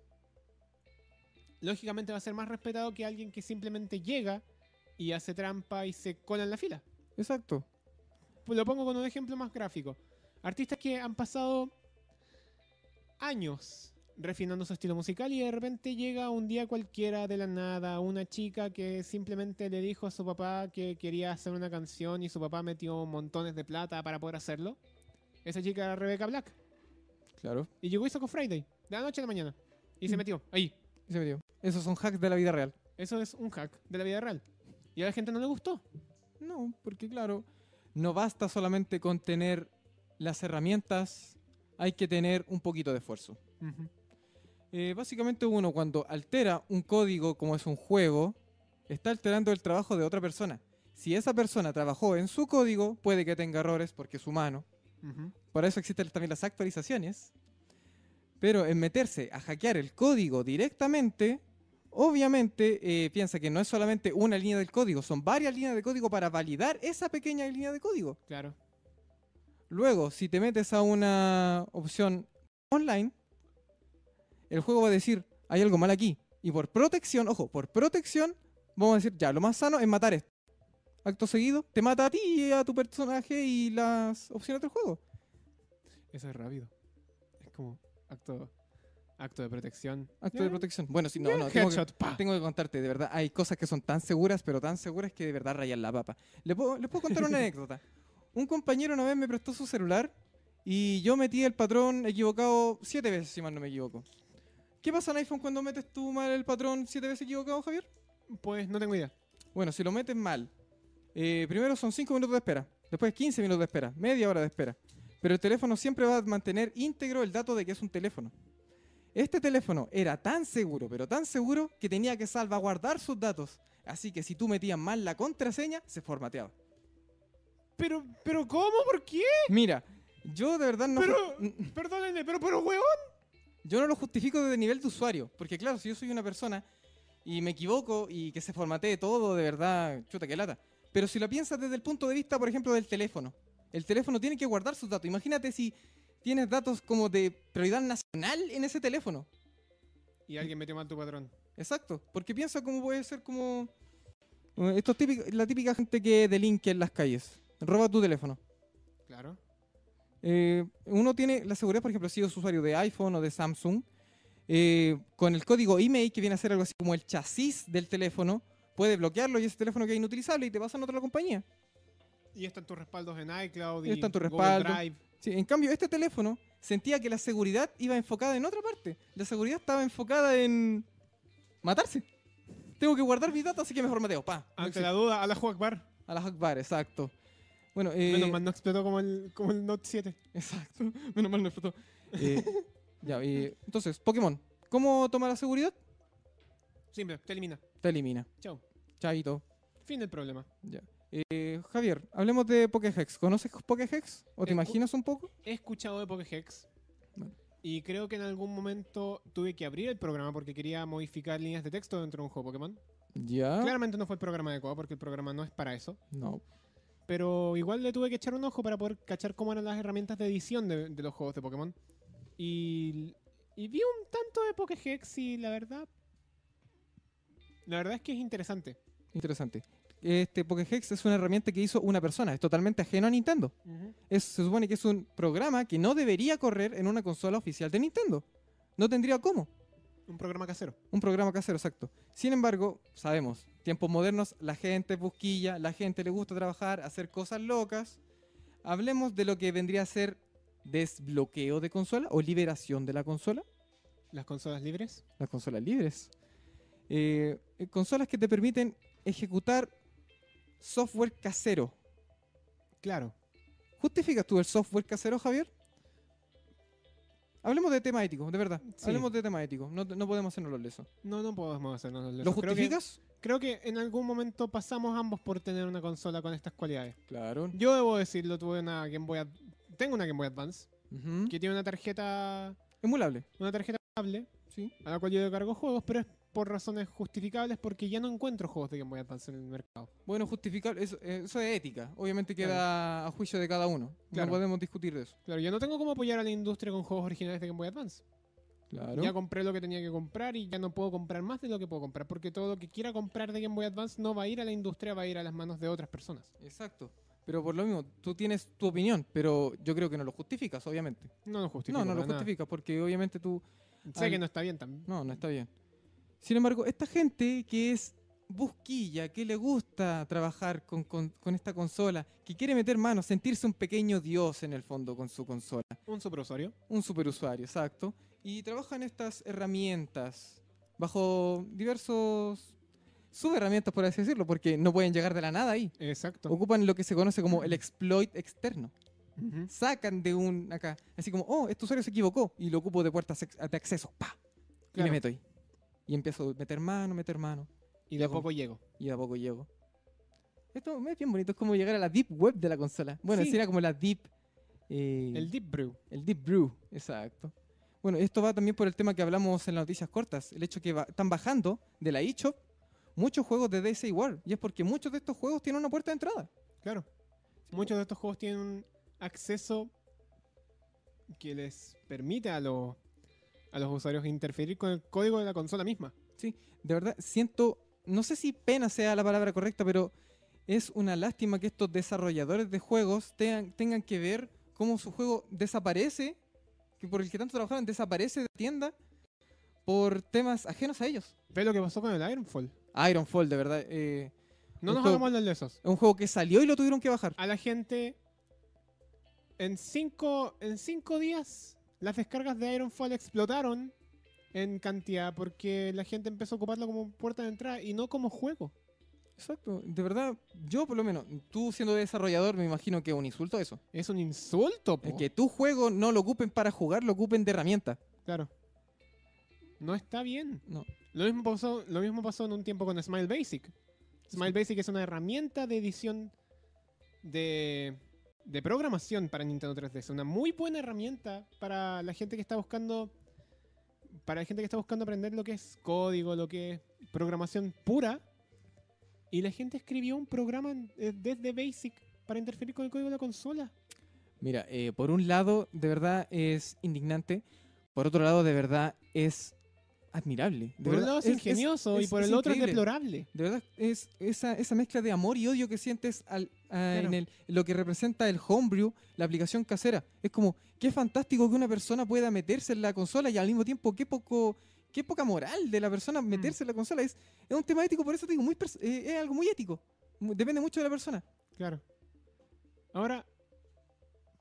Speaker 4: lógicamente va a ser más respetado que alguien que simplemente llega y hace trampa y se cola en la fila.
Speaker 3: Exacto.
Speaker 4: pues Lo pongo con un ejemplo más gráfico. Artistas que han pasado años refinando su estilo musical y de repente llega un día cualquiera de la nada una chica que simplemente le dijo a su papá que quería hacer una canción y su papá metió montones de plata para poder hacerlo. Esa chica era Rebecca Black
Speaker 3: Claro.
Speaker 4: y llegó y sacó Friday de la noche a la mañana y se
Speaker 3: Mm.
Speaker 4: metió ahí.
Speaker 3: Ese video. Esos son hacks de la vida real.
Speaker 4: Eso es un hack de la vida real. Y a la gente no le gustó.
Speaker 3: No, porque claro, no basta solamente con tener las herramientas, hay que tener un poquito de esfuerzo. Eh, básicamente uno cuando altera un código como es un juego, está alterando el trabajo de otra persona. Si esa persona trabajó en su código, puede que tenga errores porque es humano.
Speaker 4: Ujú.
Speaker 3: Por eso existen también las actualizaciones. Pero en meterse a hackear el código directamente, obviamente eh, piensa que no es solamente una línea del código, son varias líneas de código para validar esa pequeña línea de código.
Speaker 4: Claro.
Speaker 3: Luego, si te metes a una opción online, el juego va a decir, hay algo mal aquí. Y por protección, ojo, por protección, vamos a decir, ya, lo más sano es matar esto. Acto seguido, te mata a ti y a tu personaje y las opciones del juego.
Speaker 4: Eso es rápido. Es como acto, acto de protección.
Speaker 3: Acto
Speaker 4: Ya.
Speaker 3: de protección. Bueno, si no,
Speaker 4: Ya,
Speaker 3: no, tengo que,
Speaker 4: headshot, pa.
Speaker 3: tengo que contarte, de verdad, hay cosas que son tan seguras, pero tan seguras que de verdad rayan la papa. Les puedo, les puedo contar una anécdota. Un compañero una vez me prestó su celular y yo metí el patrón equivocado siete veces, si mal no me equivoco. ¿Qué pasa en iPhone cuando metes tú mal el patrón siete veces equivocado, Javier?
Speaker 4: Pues no tengo idea.
Speaker 3: Bueno, si lo metes mal, eh, primero son 5 minutos de espera, después 15 minutos de espera, media hora de espera. Pero el teléfono siempre va a mantener íntegro el dato de que es un teléfono. Este teléfono era tan seguro, pero tan seguro, que tenía que salvaguardar sus datos. Así que si tú metías mal la contraseña, se formateaba.
Speaker 4: Pero, pero ¿cómo? ¿Por qué?
Speaker 3: Mira, yo de verdad no...
Speaker 4: Pero-
Speaker 3: ju- n-
Speaker 4: Perdónenme, pero, pero, weón.
Speaker 3: Yo no lo justifico desde el nivel de usuario. Porque claro, si yo soy una persona y me equivoco y que se formatee todo, de verdad, chuta que lata. Pero si lo piensas desde el punto de vista, por ejemplo, del teléfono. El teléfono tiene que guardar sus datos. Imagínate si tienes datos como de prioridad nacional en ese teléfono.
Speaker 4: Y alguien metió mal tu patrón.
Speaker 3: Exacto, porque piensa cómo puede ser como eh, estos típico- la típica gente que delinque en las calles, roba tu teléfono.
Speaker 4: Claro.
Speaker 3: Eh, uno tiene la seguridad, por ejemplo, si es usuario de iPhone o de Samsung, eh, con el código email que viene a ser algo así como el chasis del teléfono, puede bloquearlo y ese teléfono queda inutilizable y te pasan a otra compañía.
Speaker 4: Y están tus respaldos en iCloud.
Speaker 3: Y están tus
Speaker 4: Google
Speaker 3: respaldos.
Speaker 4: Drive.
Speaker 3: Sí, en cambio, este teléfono sentía que la seguridad iba enfocada en otra parte. La seguridad estaba enfocada en matarse. Tengo que guardar mis datos, así que mejor mateo. Pa, no
Speaker 4: Ante
Speaker 3: existe.
Speaker 4: Ah, la duda, a la Akbar.
Speaker 3: A la Hackbar, exacto. Bueno, eh,
Speaker 4: Menos mal no explotó como el, como el Note 7.
Speaker 3: Exacto, menos mal no explotó. Eh, ya, y, entonces, Pokémon, ¿cómo toma la seguridad?
Speaker 4: Simple, te elimina.
Speaker 3: Te elimina.
Speaker 4: Chao.
Speaker 3: Chaito.
Speaker 4: Fin del problema.
Speaker 3: Ya. Eh, Javier, hablemos de Pokéhex. ¿Conoces Pokéhex? ¿O te
Speaker 4: Escu-
Speaker 3: imaginas un poco?
Speaker 4: He escuchado de Pokéhex.
Speaker 3: Bueno.
Speaker 4: Y creo que en algún momento tuve que abrir el programa porque quería modificar líneas de texto dentro de un juego Pokémon.
Speaker 3: Ya.
Speaker 4: Claramente no fue el programa adecuado porque el programa no es para eso.
Speaker 3: No.
Speaker 4: Pero igual le tuve que echar un ojo para poder cachar cómo eran las herramientas de edición de, de los juegos de Pokémon. Y, y vi un tanto de Pokéhex y la verdad... La verdad es que es interesante.
Speaker 3: Interesante. Este Pokéhex es una herramienta que hizo una persona. Es totalmente ajeno a Nintendo. Es- se supone que es un programa que no debería correr en una consola oficial de Nintendo. No tendría cómo.
Speaker 4: Un programa casero.
Speaker 3: Un programa casero, exacto. Sin embargo, sabemos, tiempos modernos, la gente busquilla, la gente le gusta trabajar, hacer cosas locas. Hablemos de lo que vendría a ser desbloqueo de consola o liberación de la consola,
Speaker 4: Las consolas libres.
Speaker 3: las consolas libres. Eh, eh, consolas que te permiten ejecutar software casero.
Speaker 4: Claro.
Speaker 3: ¿Justificas tú el software casero, Javier? Hablemos de tema ético, de verdad.
Speaker 4: Sí.
Speaker 3: Hablemos de tema ético. No, no podemos hacernos los lesos.
Speaker 4: No, no podemos hacernos los
Speaker 3: ¿Lo
Speaker 4: lesos. Creo que-
Speaker 3: justificas?
Speaker 4: Creo que en algún momento pasamos ambos por tener una consola con estas cualidades.
Speaker 3: Claro.
Speaker 4: Yo debo decirlo, tuve una Game Boy Ad- tengo una Game Boy Advance
Speaker 3: Ujú.
Speaker 4: que tiene una tarjeta
Speaker 3: Emulable.
Speaker 4: una tarjeta cable
Speaker 3: Sí.
Speaker 4: a la cual yo le cargo juegos, pero es por razones justificables porque ya no encuentro juegos de Game Boy Advance en el mercado.
Speaker 3: Bueno, justificar, eso, eh, eso es ética. Obviamente queda a juicio de cada uno.
Speaker 4: Claro.
Speaker 3: No podemos discutir de eso.
Speaker 4: Claro, ya no tengo cómo apoyar a la industria con juegos originales de Game Boy Advance.
Speaker 3: Claro.
Speaker 4: Ya compré lo que tenía que comprar y ya no puedo comprar más de lo que puedo comprar porque todo lo que quiera comprar de Game Boy Advance no va a ir a la industria, va a ir a las manos de otras personas.
Speaker 3: Exacto. Pero por lo mismo, tú tienes tu opinión, pero yo creo que no lo justificas, obviamente.
Speaker 4: No lo justifico.
Speaker 3: no, no lo
Speaker 4: para nada.
Speaker 3: justificas, porque obviamente tú...
Speaker 4: Sé
Speaker 3: Al-
Speaker 4: que no está bien también.
Speaker 3: No, no está bien. Sin embargo, esta gente que es busquilla, que le gusta trabajar con, con- con esta consola, que quiere meter mano, sentirse un pequeño dios en el fondo con su consola.
Speaker 4: Un superusuario.
Speaker 3: Un superusuario, exacto. Y trabajan estas herramientas bajo diversos subherramientas, por así decirlo, porque no pueden llegar de la nada ahí.
Speaker 4: Exacto.
Speaker 3: Ocupan lo que se conoce como el exploit externo.
Speaker 4: Ujú.
Speaker 3: Sacan de un acá, así como, oh, este usuario se equivocó y lo ocupo de puertas ex- de acceso. ¡Pa! Y me
Speaker 4: Claro.
Speaker 3: meto ahí. Y empiezo a meter mano, meter mano.
Speaker 4: Y de a
Speaker 3: Llego.
Speaker 4: poco llego.
Speaker 3: Y de a poco llego. Esto es bien bonito, es como llegar a la deep web de la consola. Bueno,
Speaker 4: Sí.
Speaker 3: así era como la deep. eh,
Speaker 4: El Deep Brew.
Speaker 3: El Deep Brew, exacto. Bueno, esto va también por el tema que hablamos en las noticias cortas, el hecho que va- están bajando de la eShop muchos juegos de DC igual, y es porque muchos de estos juegos tienen una puerta de entrada.
Speaker 4: Claro. Muchos de estos juegos tienen un acceso que les permite a los, a los usuarios interferir con el código de la consola misma.
Speaker 3: De verdad, siento, no sé si pena sea la palabra correcta, pero es una lástima que estos desarrolladores de juegos tengan, tengan que ver cómo su juego desaparece, que por el que tanto trabajaban, desaparece de tienda por temas ajenos a ellos.
Speaker 4: Ve lo que pasó con el Ironfall.
Speaker 3: Ironfall, de verdad, eh,
Speaker 4: No nos
Speaker 3: Esto-
Speaker 4: hagamos los lesos.
Speaker 3: es un juego que salió y lo tuvieron que bajar.
Speaker 4: A la gente, en cinco, en cinco días, las descargas de Ironfall explotaron en cantidad porque la gente empezó a ocuparlo como puerta de entrada y no como juego.
Speaker 3: Exacto. De verdad, yo por lo menos, tú siendo desarrollador, me imagino que es un insulto eso.
Speaker 4: Es un insulto, po.
Speaker 3: Es que tu juego no lo ocupen para jugar, lo ocupen de herramienta.
Speaker 4: Claro. No está bien.
Speaker 3: No.
Speaker 4: Lo mismo pasó, lo mismo pasó en un tiempo con Smile Basic. Smile
Speaker 3: Sí.
Speaker 4: Basic es una herramienta de edición de, de programación para Nintendo 3DS. Una muy buena herramienta para la gente que está buscando. Para la gente que está buscando aprender lo que es código, lo que es programación pura. Y la gente escribió un programa eh, desde Basic para interferir con el código de la consola.
Speaker 3: Mira, eh, por un lado, de verdad es indignante. Por otro lado, de verdad es admirable. De
Speaker 4: Por
Speaker 3: verdad,
Speaker 4: un lado es, ingenioso y
Speaker 3: es-
Speaker 4: por
Speaker 3: es
Speaker 4: el otro es
Speaker 3: increíble.
Speaker 4: deplorable.
Speaker 3: De verdad, es esa, esa mezcla de amor y odio que sientes al, a-
Speaker 4: Claro.
Speaker 3: en el- lo que representa el homebrew, la aplicación casera. Es como, qué fantástico que una persona pueda meterse en la consola y al mismo tiempo, qué poco qué poca moral de la persona
Speaker 4: Mm.
Speaker 3: meterse en la consola. Es, es un tema ético, por eso te digo, muy pers- eh, es algo muy ético. Mu- Depende mucho de la persona.
Speaker 4: Claro. Ahora,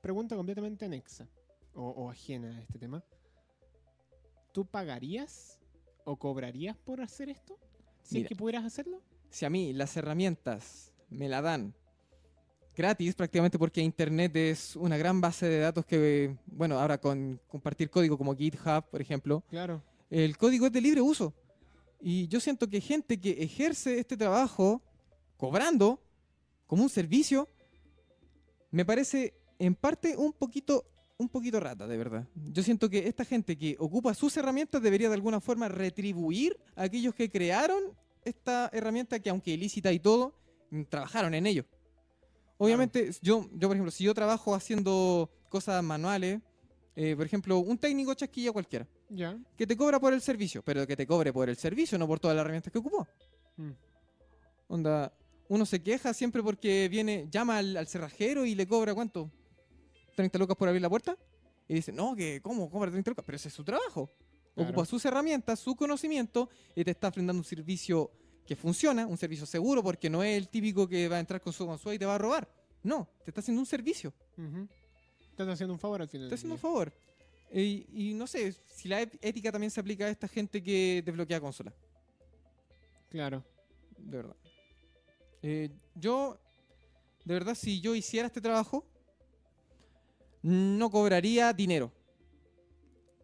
Speaker 4: pregunta completamente anexa o, o ajena a este tema. ¿Tú pagarías o cobrarías por hacer esto? Si es
Speaker 3: Mira.
Speaker 4: que pudieras hacerlo.
Speaker 3: Si a mí las herramientas me la dan gratis prácticamente porque Internet es una gran base de datos que, bueno, ahora con compartir código como GitHub, por ejemplo,
Speaker 4: Claro.
Speaker 3: El código es de libre uso. Y yo siento que gente que ejerce este trabajo cobrando como un servicio, me parece en parte un poquito, un poquito rata, de verdad. Yo siento que esta gente que ocupa sus herramientas debería de alguna forma retribuir a aquellos que crearon esta herramienta que aunque ilícita y todo, mm, trabajaron en ello. Obviamente, yo, yo, por ejemplo, si yo trabajo haciendo cosas manuales, eh, por ejemplo, un técnico chasquilla cualquiera
Speaker 4: Ya.
Speaker 3: que te cobra por el servicio, pero que te cobre por el servicio, no por todas las herramientas que ocupó.
Speaker 4: Mm.
Speaker 3: Onda, uno se queja siempre porque viene, llama al, al cerrajero y le cobra cuánto? 30 lucas por abrir la puerta. Y dice, no, que ¿cómo? Cobra 30 lucas, pero ese es su trabajo.
Speaker 4: Claro.
Speaker 3: Ocupa sus herramientas, su conocimiento, y te está brindando un servicio que funciona, un servicio seguro, porque no es el típico que va a entrar con su consola y te va a robar. No, te está haciendo un servicio.
Speaker 4: Ujú. Estás haciendo un favor al final.
Speaker 3: Está
Speaker 4: del
Speaker 3: haciendo un
Speaker 4: día.
Speaker 3: favor. Y, y no sé si la et- ética también se aplica a esta gente que desbloquea consola.
Speaker 4: Claro.
Speaker 3: De verdad. Eh, yo, de verdad, si yo hiciera este trabajo, no cobraría dinero.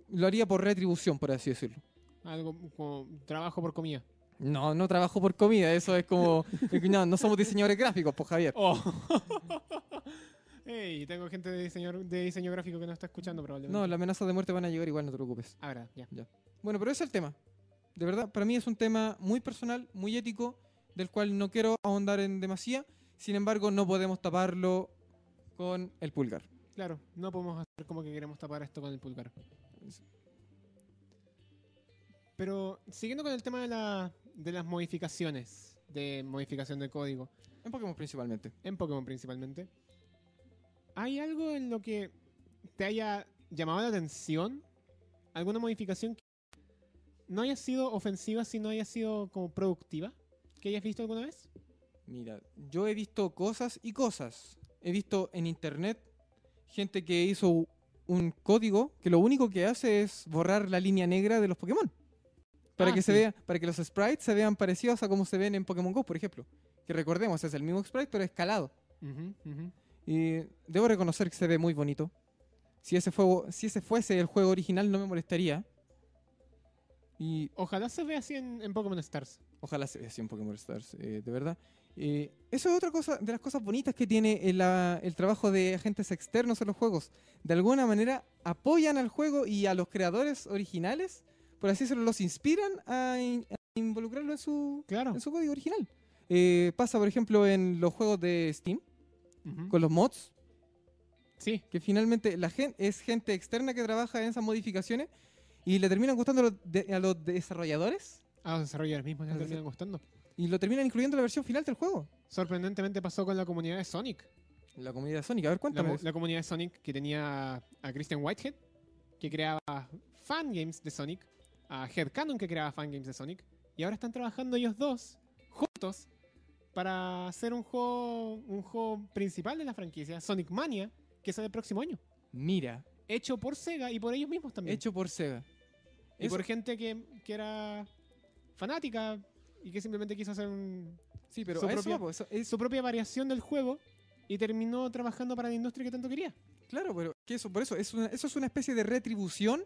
Speaker 3: Lo haría por retribución, por así decirlo.
Speaker 4: Algo como trabajo por comida.
Speaker 3: No, no trabajo por comida, eso es como... es que no, no somos diseñadores gráficos, pues
Speaker 4: Oh,
Speaker 3: Javier.
Speaker 4: Ey, tengo gente de diseño, de diseño gráfico que no está escuchando probablemente.
Speaker 3: No, las amenazas de muerte van a llegar igual, no te preocupes.
Speaker 4: Ahora, ya.
Speaker 3: Bueno, pero ese es el tema. De verdad, para mí es un tema muy personal, muy ético, del cual no quiero ahondar en demasía. Sin embargo, no podemos taparlo con el pulgar.
Speaker 4: Claro, no podemos hacer como que queremos tapar esto con el pulgar. Pero siguiendo con el tema de, la- de las modificaciones, de modificación de código,
Speaker 3: En Pokémon principalmente.
Speaker 4: en Pokémon principalmente, ¿hay algo en lo que te haya llamado la atención? ¿Alguna modificación que no haya sido ofensiva, si no haya sido como productiva? ¿Que hayas visto alguna vez?
Speaker 3: Mira, yo he visto cosas y cosas. He visto en internet gente que hizo u- un código que lo único que hace es borrar la línea negra de los Pokémon. Para
Speaker 4: Ah,
Speaker 3: que se
Speaker 4: sí.
Speaker 3: vea, para que los sprites se vean parecidos a como se ven en Pokémon Go, por ejemplo. Que recordemos, es el mismo sprite pero escalado. Y debo reconocer que se ve muy bonito. Si ese, fuego, si ese fuese el juego original no me molestaría. Y
Speaker 4: Ojalá se vea así en, en Pokémon Stars.
Speaker 3: Ojalá se vea así en Pokémon Stars, eh, de verdad. Eh, eso es otra cosa de las cosas bonitas que tiene el, ah, el trabajo de agentes externos en los juegos. De alguna manera apoyan al juego y a los creadores originales, por así decirlo, los inspiran a, in- a involucrarlo en su,
Speaker 4: Claro.
Speaker 3: en su código original. Eh, pasa, por ejemplo, en los juegos de Steam,
Speaker 4: Ujú.
Speaker 3: con los mods,
Speaker 4: Sí,
Speaker 3: que finalmente la gen- es gente externa que trabaja en esas modificaciones y le terminan gustando a los de- a los desarrolladores
Speaker 4: a los desarrolladores mismos les
Speaker 3: Entonces-
Speaker 4: terminan gustando.
Speaker 3: y lo terminan incluyendo en la versión final del juego.
Speaker 4: Sorprendentemente pasó con la comunidad de Sonic.
Speaker 3: La comunidad Sonic, a ver,
Speaker 4: La,
Speaker 3: cuéntame.
Speaker 4: mu- la comunidad de Sonic que tenía a Christian Whitehead, que creaba fangames de Sonic, a Headcanon, que creaba fangames de Sonic, y ahora están trabajando ellos dos juntos para hacer un juego, un juego principal de la franquicia, Sonic Mania, que sale el próximo año.
Speaker 3: Mira,
Speaker 4: Hecho por Sega y por ellos mismos también.
Speaker 3: hecho por Sega.
Speaker 4: Y
Speaker 3: Eso.
Speaker 4: por gente que, que era fanática y que simplemente quiso hacer un-
Speaker 3: Sí, pero
Speaker 4: Su
Speaker 3: a eso
Speaker 4: propia-
Speaker 3: va, pues, eso es-
Speaker 4: su propia variación del juego y terminó trabajando para la industria que tanto quería.
Speaker 3: claro, pero que eso, por eso, es una- eso es una especie de retribución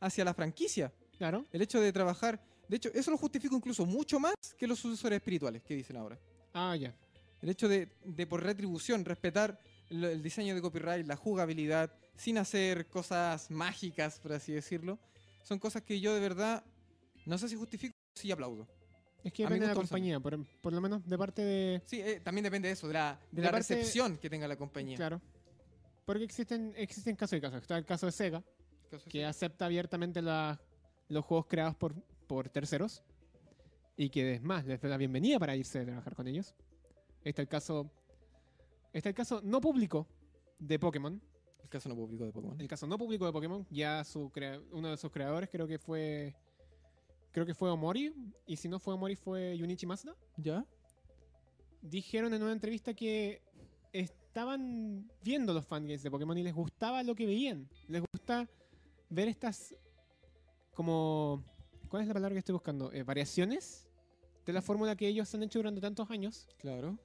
Speaker 3: hacia la franquicia.
Speaker 4: Claro.
Speaker 3: El hecho de trabajar, de hecho, eso lo justifico incluso mucho más que los sucesores espirituales que dicen ahora.
Speaker 4: Ah, ya.
Speaker 3: El hecho de, de por retribución respetar lo- el diseño de copyright, la jugabilidad, sin hacer cosas mágicas, por así decirlo, son cosas que yo de verdad no sé si justifico o si aplaudo.
Speaker 4: Es que
Speaker 3: A mi
Speaker 4: depende de la
Speaker 3: gusto,
Speaker 4: compañía, por, em, por lo menos de parte de...
Speaker 3: Sí, eh, también depende de eso, de la, de
Speaker 4: De la
Speaker 3: la
Speaker 4: parte-
Speaker 3: recepción que tenga la compañía.
Speaker 4: Claro. Porque existen, existen casos y casos. Está el caso de Sega,
Speaker 3: Cosas
Speaker 4: que
Speaker 3: así.
Speaker 4: acepta abiertamente la- los juegos creados por, por terceros y que es más, les da la bienvenida para irse a trabajar con ellos. Está el caso. Está el caso no público de Pokémon.
Speaker 3: El caso no público de Pokémon.
Speaker 4: El caso no público de Pokémon. Ya su crea- uno de sus creadores creo que fue. Creo que fue Omori. Y si no fue Omori, fue Yunichi Masuda.
Speaker 3: ¿Ya?
Speaker 4: Dijeron en una entrevista que estaban viendo los fangames de Pokémon y les gustaba lo que veían. Les gusta ver estas como ¿cuál es la palabra que estoy buscando? Eh, variaciones de la fórmula que ellos han hecho durante tantos años
Speaker 3: Claro.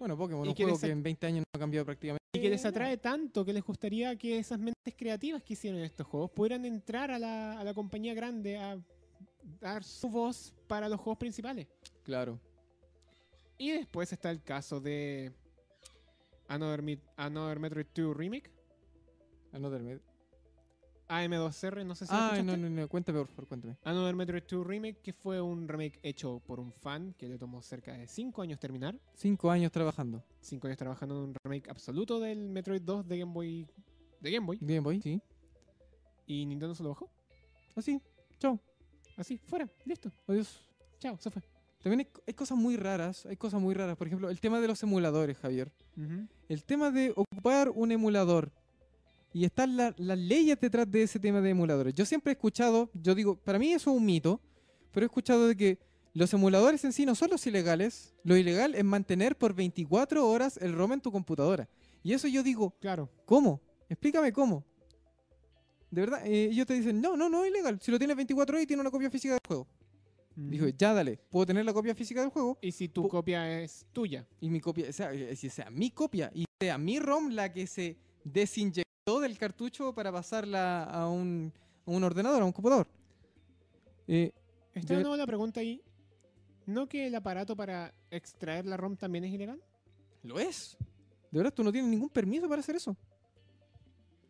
Speaker 3: Bueno, Pokémon,
Speaker 4: Y
Speaker 3: un
Speaker 4: que
Speaker 3: juego
Speaker 4: les-
Speaker 3: que en 20 años no ha cambiado prácticamente.
Speaker 4: y que les atrae tanto que les gustaría que esas mentes creativas que hicieron estos juegos pudieran entrar a la, a la compañía grande a dar su voz para los juegos principales.
Speaker 3: Claro.
Speaker 4: Y después está el caso de Another, Mi- Another Metroid 2 Remake.
Speaker 3: Another Med-
Speaker 4: AM2R, no sé si lo
Speaker 3: Ah,
Speaker 4: escuchaste.
Speaker 3: no, no, no, cuéntame, por favor, cuéntame.
Speaker 4: Another Metroid 2 Remake, que fue un remake hecho por un fan que le tomó cerca de 5 años terminar.
Speaker 3: Cinco años trabajando.
Speaker 4: 5 años trabajando en un remake absoluto del Metroid 2 de Game Boy. De Game Boy.
Speaker 3: Game Boy, sí.
Speaker 4: Y Nintendo se lo bajó.
Speaker 3: Así, chao.
Speaker 4: Así, fuera, listo.
Speaker 3: Adiós.
Speaker 4: Chao, se fue.
Speaker 3: También hay, hay cosas muy raras, hay cosas muy raras. Por ejemplo, el tema de los emuladores, Javier. El tema de ocupar un emulador. Y están la- las leyes detrás de ese tema de emuladores. Yo siempre he escuchado, yo digo, para mí eso es un mito, pero he escuchado de que los emuladores en sí no son los ilegales. Lo ilegal es mantener por 24 horas el ROM en tu computadora. Y eso yo digo,
Speaker 4: Claro.
Speaker 3: ¿Cómo? Explícame cómo. De verdad, eh, ellos te dicen, no, no, no, es ilegal. Si lo tienes 24 horas y tiene una copia física del juego. Dijo, ya dale, puedo tener la copia física del juego
Speaker 4: y si tu
Speaker 3: po-
Speaker 4: copia es tuya.
Speaker 3: y mi copia, o sea, eh, si sea mi copia y sea mi ROM la que se desinyectó del cartucho para pasarla a un, a un ordenador, a un computador. Eh,
Speaker 4: Está de
Speaker 3: Yo-
Speaker 4: nuevo la pregunta ahí. ¿No que el aparato para extraer la ROM también es ilegal?
Speaker 3: lo es. De verdad, tú no tienes ningún permiso para hacer eso.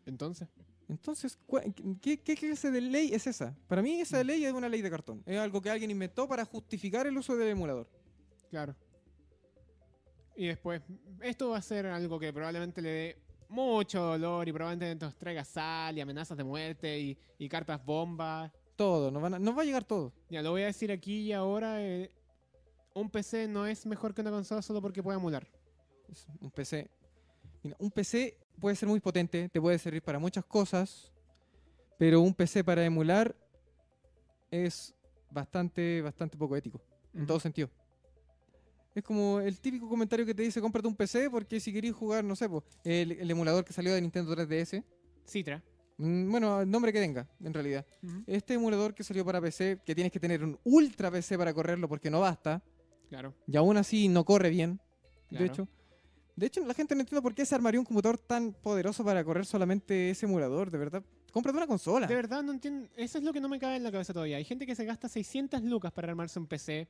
Speaker 4: Entonces.
Speaker 3: Entonces, ¿cuá- ¿qué, qué clase de ley es esa? Para mí esa ley es una ley de cartón. Es algo que alguien inventó para justificar el uso del emulador.
Speaker 4: Claro. Y después, esto va a ser algo que probablemente le dé mucho dolor y probablemente nos traiga sal y amenazas de muerte y, y cartas bombas.
Speaker 3: Todo, nos, van a- nos va a llegar todo.
Speaker 4: Ya lo voy a decir aquí y ahora. eh, un PC no es mejor que una consola solo porque puede emular.
Speaker 3: Es un PC. Mira, un PC puede ser muy potente, te puede servir para muchas cosas, pero un PC para emular es bastante, bastante poco ético, en todo sentido. Es como el típico comentario que te dice, cómprate un PC porque si querés jugar, no sé, po, el, el emulador que salió de Nintendo 3DS,
Speaker 4: Citra.
Speaker 3: mm, bueno, el nombre que tenga, en realidad. Este emulador que salió para PC, que tienes que tener un ultra PC para correrlo porque no basta,
Speaker 4: Claro.
Speaker 3: y aún así no corre bien,
Speaker 4: Claro.
Speaker 3: de hecho. De hecho, la gente no entiende por qué se armaría un computador tan poderoso para correr solamente ese emulador, de verdad. Cómprate una consola.
Speaker 4: De verdad, no entiendo. Eso es lo que no me cabe en la cabeza todavía. Hay gente que se gasta 600 lucas para armarse un PC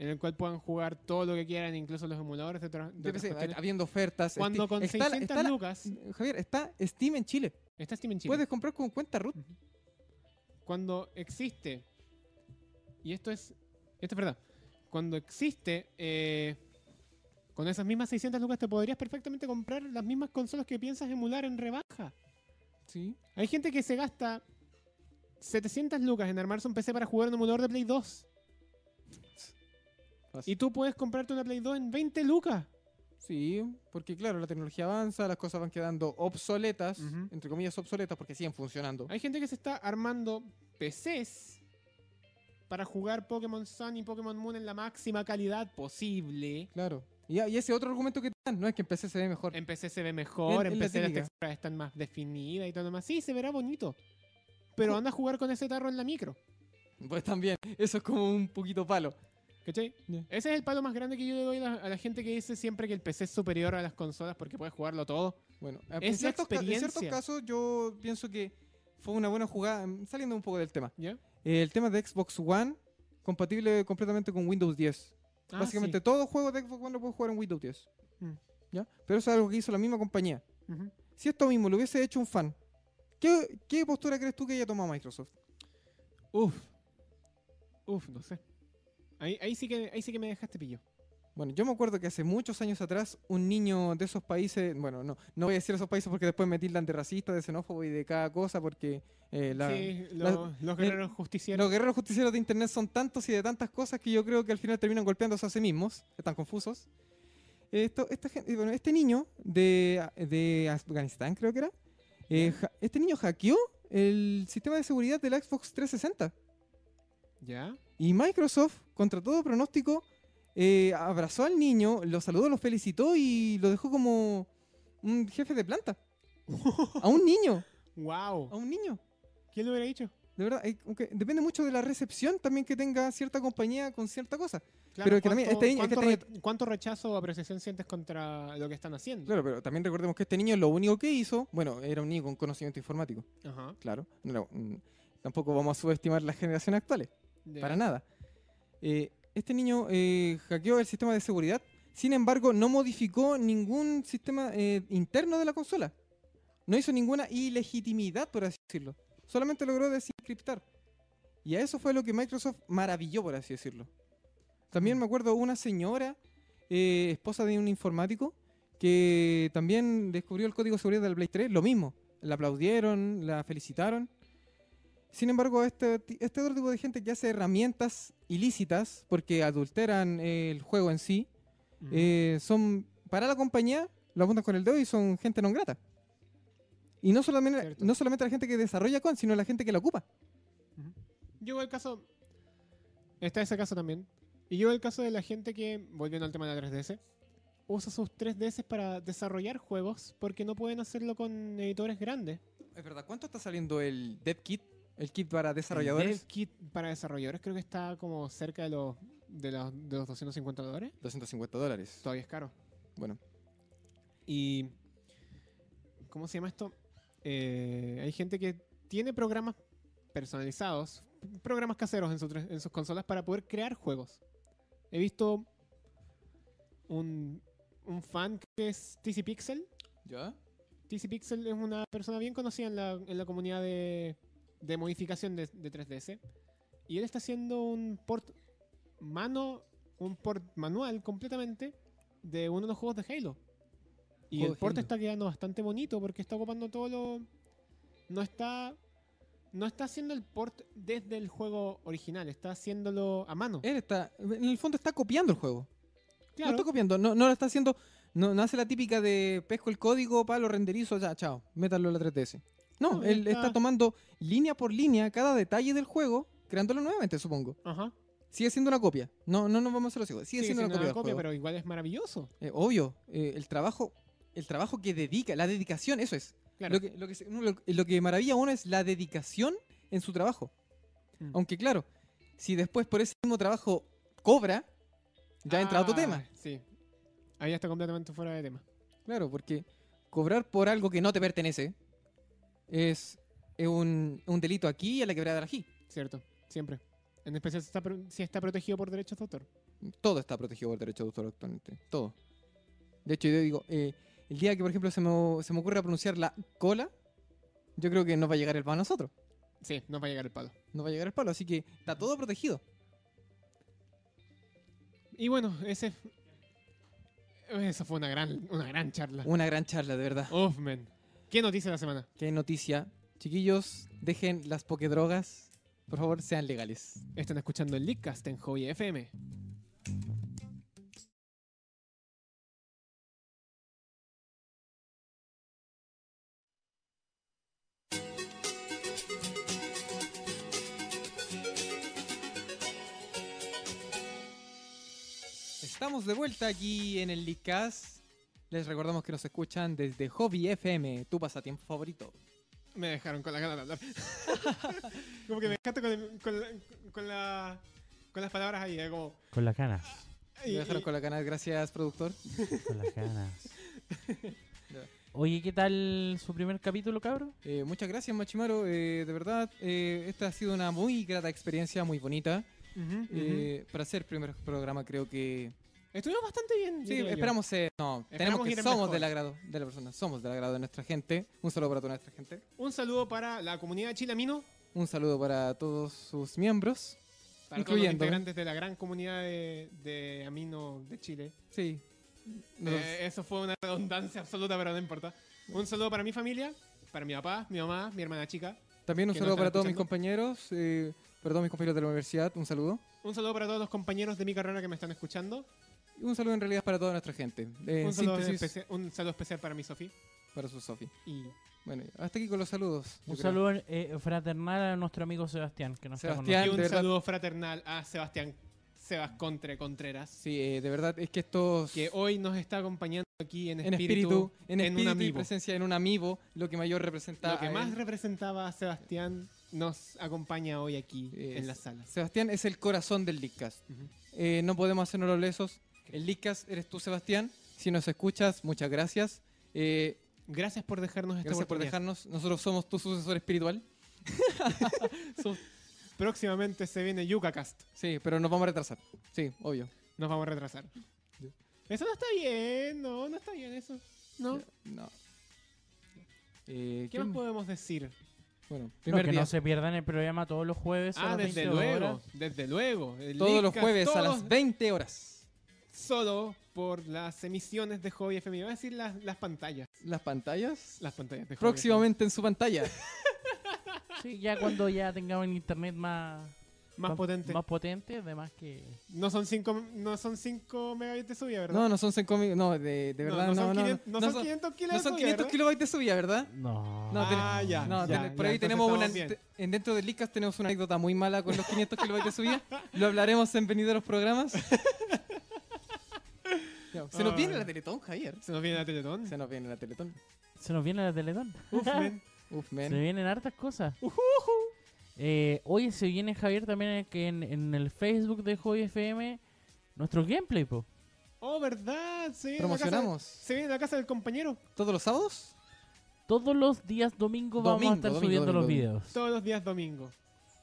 Speaker 4: en el cual puedan jugar todo lo que quieran, incluso los emuladores de, otras- de
Speaker 3: Yo
Speaker 4: otras
Speaker 3: pensé,
Speaker 4: cuestiones.
Speaker 3: habiendo ofertas.
Speaker 4: Cuando
Speaker 3: Esti-
Speaker 4: con
Speaker 3: está la-
Speaker 4: 600
Speaker 3: está la-
Speaker 4: lucas,
Speaker 3: Javier, está Steam en Chile.
Speaker 4: está Steam en Chile.
Speaker 3: Puedes comprar con cuenta root.
Speaker 4: cuando existe, y esto es, esto es verdad, cuando existe, eh, con esas mismas 600 lucas te podrías perfectamente comprar las mismas consolas que piensas emular en rebaja.
Speaker 3: Sí.
Speaker 4: Hay gente que se gasta 700 lucas en armarse un PC para jugar un emulador de Play 2. Y tú puedes comprarte una Play 2 en 20 lucas.
Speaker 3: Sí, porque claro, la tecnología avanza, las cosas van quedando obsoletas,
Speaker 4: Ujú.
Speaker 3: entre comillas obsoletas, porque siguen funcionando.
Speaker 4: Hay gente que se está armando PCs para jugar Pokémon Sun y Pokémon Moon en la máxima calidad posible.
Speaker 3: Claro. Y, y ese otro argumento que te dan, no es que en PC se ve
Speaker 4: Eh.
Speaker 3: mejor.
Speaker 4: En PC se ve mejor, en,
Speaker 3: Es- es la
Speaker 4: PC las
Speaker 3: típica.
Speaker 4: texturas están más definidas y todo lo demás. Sí, se verá bonito. Pero anda a jugar con ese tarro en la micro.
Speaker 3: Pues también, eso es como un poquito palo.
Speaker 4: ¿Cachai?
Speaker 3: Ya.
Speaker 4: Ese es el palo más grande que yo le doy a la, a la gente que dice siempre que el PC es superior a las consolas porque puedes jugarlo todo.
Speaker 3: Bueno, a-
Speaker 4: Es
Speaker 3: en,
Speaker 4: la
Speaker 3: ciertos, ca- en ciertos
Speaker 4: experiencia.
Speaker 3: casos yo pienso que fue una buena jugada, mm, saliendo un poco del tema.
Speaker 4: ¿Ya?
Speaker 3: Eh, El tema de Xbox One, compatible completamente con Windows 10.
Speaker 4: Ah,
Speaker 3: Básicamente todo juego de Xbox One lo puedes jugar en Windows 10.
Speaker 4: Mm.
Speaker 3: ¿Ya? Pero eso es algo que hizo la misma compañía.
Speaker 4: sí. Ujú.
Speaker 3: Si esto mismo lo hubiese hecho un fan, ¿qué, qué postura crees tú que haya tomado Microsoft?
Speaker 4: Uf. Uf, no sé. Ahí, ahí, sí que, ahí sí que me dejaste pillo.
Speaker 3: Bueno, yo me acuerdo que hace muchos años atrás un niño de esos países, bueno, no, no voy a decir esos países porque después me tildan de racista, de xenófobo y de cada cosa porque eh, la,
Speaker 4: sí, lo-
Speaker 3: la- eh,
Speaker 4: los guerreros justicieros.
Speaker 3: Los guerreros justicieros de internet son tantos y de tantas cosas que yo creo que al final terminan golpeándose a sí mismos. Están confusos. Esto, esta gen- eh, bueno, este niño de, de Afganistán, creo que era. eh, ha- este niño hackeó el sistema de seguridad del Xbox 360.
Speaker 4: ¿Ya?
Speaker 3: Y Microsoft, contra todo pronóstico, eh, abrazó al niño, lo saludó, lo felicitó y lo dejó como un jefe de planta. a un niño, a
Speaker 4: ¡Wow!
Speaker 3: un niño.
Speaker 4: ¿Quién lo hubiera dicho?
Speaker 3: De verdad, hay- aunque depende mucho de la recepción también que tenga cierta compañía con cierta cosa.
Speaker 4: Claro,
Speaker 3: Pero que también este niño-
Speaker 4: ¿cuánto,
Speaker 3: este
Speaker 4: re- cuánto rechazo o apreciación sientes contra lo que están haciendo?
Speaker 3: Claro, pero también recordemos que este niño lo único que hizo, bueno, era un niño con conocimiento informático,
Speaker 4: Ajá.
Speaker 3: claro. No era- mm, tampoco vamos a subestimar las generaciones actuales,
Speaker 4: Ya.
Speaker 3: para nada. Eh, este niño eh, hackeó el sistema de seguridad, sin embargo, no modificó ningún sistema eh, interno de la consola. No hizo ninguna ilegitimidad, por así decirlo. Solamente logró desencriptar. Y a eso fue lo que Microsoft maravilló, por así decirlo. También me acuerdo una señora, eh, esposa de un informático, que también descubrió el código de seguridad del Play 3, lo mismo. La aplaudieron, la felicitaron. Sin embargo, este, ti- este otro tipo de gente que hace herramientas ilícitas, porque adulteran eh, el juego en sí,
Speaker 4: Ujú.
Speaker 3: eh, son para la compañía, lo apuntan con el dedo y son gente no grata. Y no solamente,
Speaker 4: Cierto.
Speaker 3: no solamente la gente que desarrolla con, sino la gente que la ocupa.
Speaker 4: Yo veo el caso. Está ese caso también. Y yo veo el caso de la gente que, volviendo al tema de la 3DS, usa sus 3DS para desarrollar juegos porque no pueden hacerlo con editores grandes.
Speaker 3: Es verdad, ¿cuánto está saliendo el Dev Kit? El kit para
Speaker 4: El
Speaker 3: desarrolladores.
Speaker 4: dev kit para desarrolladores creo que está como cerca de los, de los, de los 250 dólares.
Speaker 3: 250 dólares.
Speaker 4: Todavía es caro.
Speaker 3: Bueno,
Speaker 4: Y. ¿Cómo se llama esto? Eh, hay gente que tiene programas personalizados, programas caseros en, su tres- en sus consolas para poder crear juegos. He visto un, un fan que es TC Pixel.
Speaker 3: ¿ya?
Speaker 4: TC Pixel es una persona bien conocida en la, en la comunidad de, de modificación de, de 3DS. Y él está haciendo un port mano, un port manual completamente de uno de los juegos de Halo. Y
Speaker 3: Juego
Speaker 4: el
Speaker 3: de
Speaker 4: port
Speaker 3: Halo.
Speaker 4: está quedando bastante bonito porque está ocupando todo lo. No está. No está haciendo el port desde el juego original, está haciéndolo a mano.
Speaker 3: Él está, en el fondo está copiando el juego. No está
Speaker 4: claro,
Speaker 3: copiando, no, no lo está haciendo, no, no hace la típica de pesco el código, palo, renderizo, ya, chao, métalo en la 3DS. No,
Speaker 4: No,
Speaker 3: él
Speaker 4: está-
Speaker 3: está... tomando línea por línea cada detalle del juego, creándolo nuevamente, supongo.
Speaker 4: ajá.
Speaker 3: Sigue siendo una copia. No, no nos vamos a los hijos.
Speaker 4: Sigue
Speaker 3: Sigue, siendo, una copia. del juego.
Speaker 4: pero igual es maravilloso.
Speaker 3: Eh, obvio, eh, el trabajo, el trabajo que dedica, la dedicación, eso es.
Speaker 4: Claro.
Speaker 3: Lo, que, lo, que, se- lo- eh, lo que maravilla a uno es la dedicación en su trabajo.
Speaker 4: Mm.
Speaker 3: Aunque claro, si después por ese mismo trabajo cobra, ya entra otro
Speaker 4: Ah,
Speaker 3: tema.
Speaker 4: Sí. Ahí ya está completamente fuera de tema.
Speaker 3: Claro, porque cobrar por algo que no te pertenece es, es un, un delito aquí y a la quebrada de ají.
Speaker 4: Cierto, siempre. En especial si está, pro- si está protegido por derechos de autor.
Speaker 3: Todo está protegido por derecho de autor actualmente. Todo. De hecho, yo digo, eh, el día que, por ejemplo, se me, se me ocurra pronunciar la cola, yo creo que nos va a llegar el palo a nosotros.
Speaker 4: Sí, nos va a llegar el palo.
Speaker 3: Nos va a llegar el palo, así que está todo protegido.
Speaker 4: Y bueno, ese. f- Esa fue una gran, una gran charla.
Speaker 3: Una gran charla, de verdad.
Speaker 4: Uf, man. ¿Qué noticia de la semana?
Speaker 3: Qué noticia. Chiquillos, dejen las pokedrogas. Por favor, sean legales.
Speaker 4: Están escuchando el Leakcast en Hobby FM.
Speaker 3: Estamos de vuelta aquí en el Licas. Les recordamos que nos escuchan desde Hobby FM, tu pasatiempo favorito.
Speaker 4: Me dejaron con la gana de hablar. como que me dejaste con, el- con, la, con, la- con las palabras ahí, eh, como...
Speaker 5: Con las ganas.
Speaker 3: Me dejaron con la canal, gracias, productor.
Speaker 5: Con las ganas.
Speaker 3: Ya.
Speaker 5: Oye, ¿qué tal su primer capítulo, cabro?
Speaker 3: Eh, muchas gracias, Machimaro. eh, de verdad, eh, esta ha sido una muy grata experiencia, muy bonita.
Speaker 4: Ujú, ujú.
Speaker 3: Eh, Para ser primer programa, creo que.
Speaker 4: Estuvimos bastante bien.
Speaker 3: Sí,
Speaker 4: diría yo.
Speaker 3: esperamos ser. No, tenemos
Speaker 4: Esperamos
Speaker 3: que
Speaker 4: ir
Speaker 3: somos
Speaker 4: mejor.
Speaker 3: del agrado de la persona, somos del agrado de nuestra gente. Un saludo para toda nuestra gente.
Speaker 4: Un saludo para la comunidad de Chilamino,
Speaker 3: Un saludo para todos sus miembros.
Speaker 4: para todos los
Speaker 3: Incluyendo.
Speaker 4: integrantes de la gran comunidad de, de Amino de Chile.
Speaker 3: Sí. Nos-
Speaker 4: Eh, eso fue una redundancia absoluta, pero no importa. Un saludo para mi familia, para mi papá, mi mamá, mi hermana chica.
Speaker 3: también un
Speaker 4: que nos
Speaker 3: saludo
Speaker 4: están
Speaker 3: para todos mis
Speaker 4: escuchando.
Speaker 3: compañeros, eh, para todos mis compañeros de la universidad, un saludo.
Speaker 4: Un saludo para todos los compañeros de mi carrera que me están escuchando.
Speaker 3: Y un saludo en realidad para toda nuestra gente. Eh, en
Speaker 4: Un saludo,
Speaker 3: síntesis,
Speaker 4: especial, un saludo especial para mi Sofía.
Speaker 3: para su Sofi.
Speaker 4: Y
Speaker 3: Bueno, hasta aquí con los saludos. yo creo.
Speaker 5: Un saludo eh, fraternal a nuestro amigo Sebastián, que nos está con
Speaker 3: Sebastián,
Speaker 4: y
Speaker 3: Ah, de
Speaker 4: un
Speaker 3: verdad.
Speaker 4: saludo fraternal a Sebastián Sebas Contre Contreras,
Speaker 3: Sí, eh, de verdad, es que estos...
Speaker 4: que hoy nos está acompañando aquí en
Speaker 3: en
Speaker 4: espíritu,
Speaker 3: espíritu, en,
Speaker 4: un
Speaker 3: espíritu y
Speaker 4: amigo.
Speaker 3: presencia en un amigo, lo que mayor representa
Speaker 4: Lo que
Speaker 3: a
Speaker 4: más
Speaker 3: él.
Speaker 4: representaba a Sebastián nos acompaña hoy aquí
Speaker 3: Es-
Speaker 4: en la sala.
Speaker 3: Sebastián es el corazón del Leadcast.
Speaker 4: Ujú.
Speaker 3: Eh, no podemos hacernos los lesos. El Leadcast eres tú, Sebastián. Si nos escuchas, muchas gracias. Eh,
Speaker 4: Gracias por dejarnos esta
Speaker 3: gracias por
Speaker 4: oportunidad.
Speaker 3: dejarnos. Nosotros somos tu sucesor espiritual.
Speaker 4: Próximamente se viene Yucacast.
Speaker 3: Sí, pero nos vamos a retrasar. Sí, obvio.
Speaker 4: Nos vamos a retrasar. Eso no está bien, no, no está bien eso. No.
Speaker 3: No. Eh,
Speaker 4: ¿Qué más podemos decir?
Speaker 3: Bueno,
Speaker 5: No,
Speaker 3: primer
Speaker 5: que
Speaker 3: día.
Speaker 5: no se pierdan el programa todos los jueves. a
Speaker 4: Ah,
Speaker 5: las
Speaker 4: desde
Speaker 5: 22
Speaker 4: luego,
Speaker 5: horas.
Speaker 4: desde luego. El
Speaker 3: Todos los
Speaker 4: Leadcast,
Speaker 3: jueves a
Speaker 4: todos-
Speaker 3: las 20 horas.
Speaker 4: Solo por las emisiones de Hobby FM. Iba a decir las, las pantallas.
Speaker 3: Las pantallas.
Speaker 4: Las pantallas de Hobby
Speaker 3: Próximamente en su pantalla.
Speaker 5: Sí, ya cuando ya tengamos el internet más,
Speaker 4: FM. Más potente.
Speaker 5: Más potente, además que.
Speaker 4: No son 5 no son cinco megabytes de subida, ¿verdad?
Speaker 3: No, no son 5 mil- No, de, de verdad,
Speaker 4: no,
Speaker 3: no,
Speaker 4: son,
Speaker 3: no, no.
Speaker 4: 500, no
Speaker 3: No
Speaker 4: son 500 kilos
Speaker 3: no
Speaker 4: de
Speaker 3: son
Speaker 4: subida,
Speaker 3: 500
Speaker 4: ¿verdad?
Speaker 3: kilobytes de subida, ¿verdad?
Speaker 5: No.
Speaker 3: No, ten-
Speaker 4: Ah, ya.
Speaker 3: No,
Speaker 4: ya,
Speaker 3: ten-
Speaker 4: ya,
Speaker 3: por ahí
Speaker 4: entonces
Speaker 3: tenemos una.
Speaker 4: estamos bien.
Speaker 3: te- en dentro del Licas tenemos una anécdota muy mala con los 500 kilobytes de subida. Lo hablaremos en venideros programas. Ya, Se nos
Speaker 4: Ah.
Speaker 3: viene la Teletón, Javier.
Speaker 4: Se nos viene la Teletón.
Speaker 3: Se nos viene la Teletón.
Speaker 5: Se nos viene la Teletón.
Speaker 4: Uf, men.
Speaker 3: Uf,
Speaker 5: Se
Speaker 3: men.
Speaker 5: vienen hartas cosas. Eh, oye, se viene Javier también en- que en, en el Facebook de Hobby FM nuestro gameplay, po.
Speaker 4: Oh, ¿verdad? Se viene La
Speaker 3: Promocionamos.
Speaker 4: casa, se viene la casa del compañero.
Speaker 3: ¿Todos los sábados?
Speaker 5: Todos los días domingo, vamos a
Speaker 3: Domingo,
Speaker 5: estar
Speaker 3: domingo,
Speaker 5: subiendo
Speaker 3: domingo,
Speaker 5: los
Speaker 3: domingo.
Speaker 5: videos.
Speaker 4: Todos los días domingo.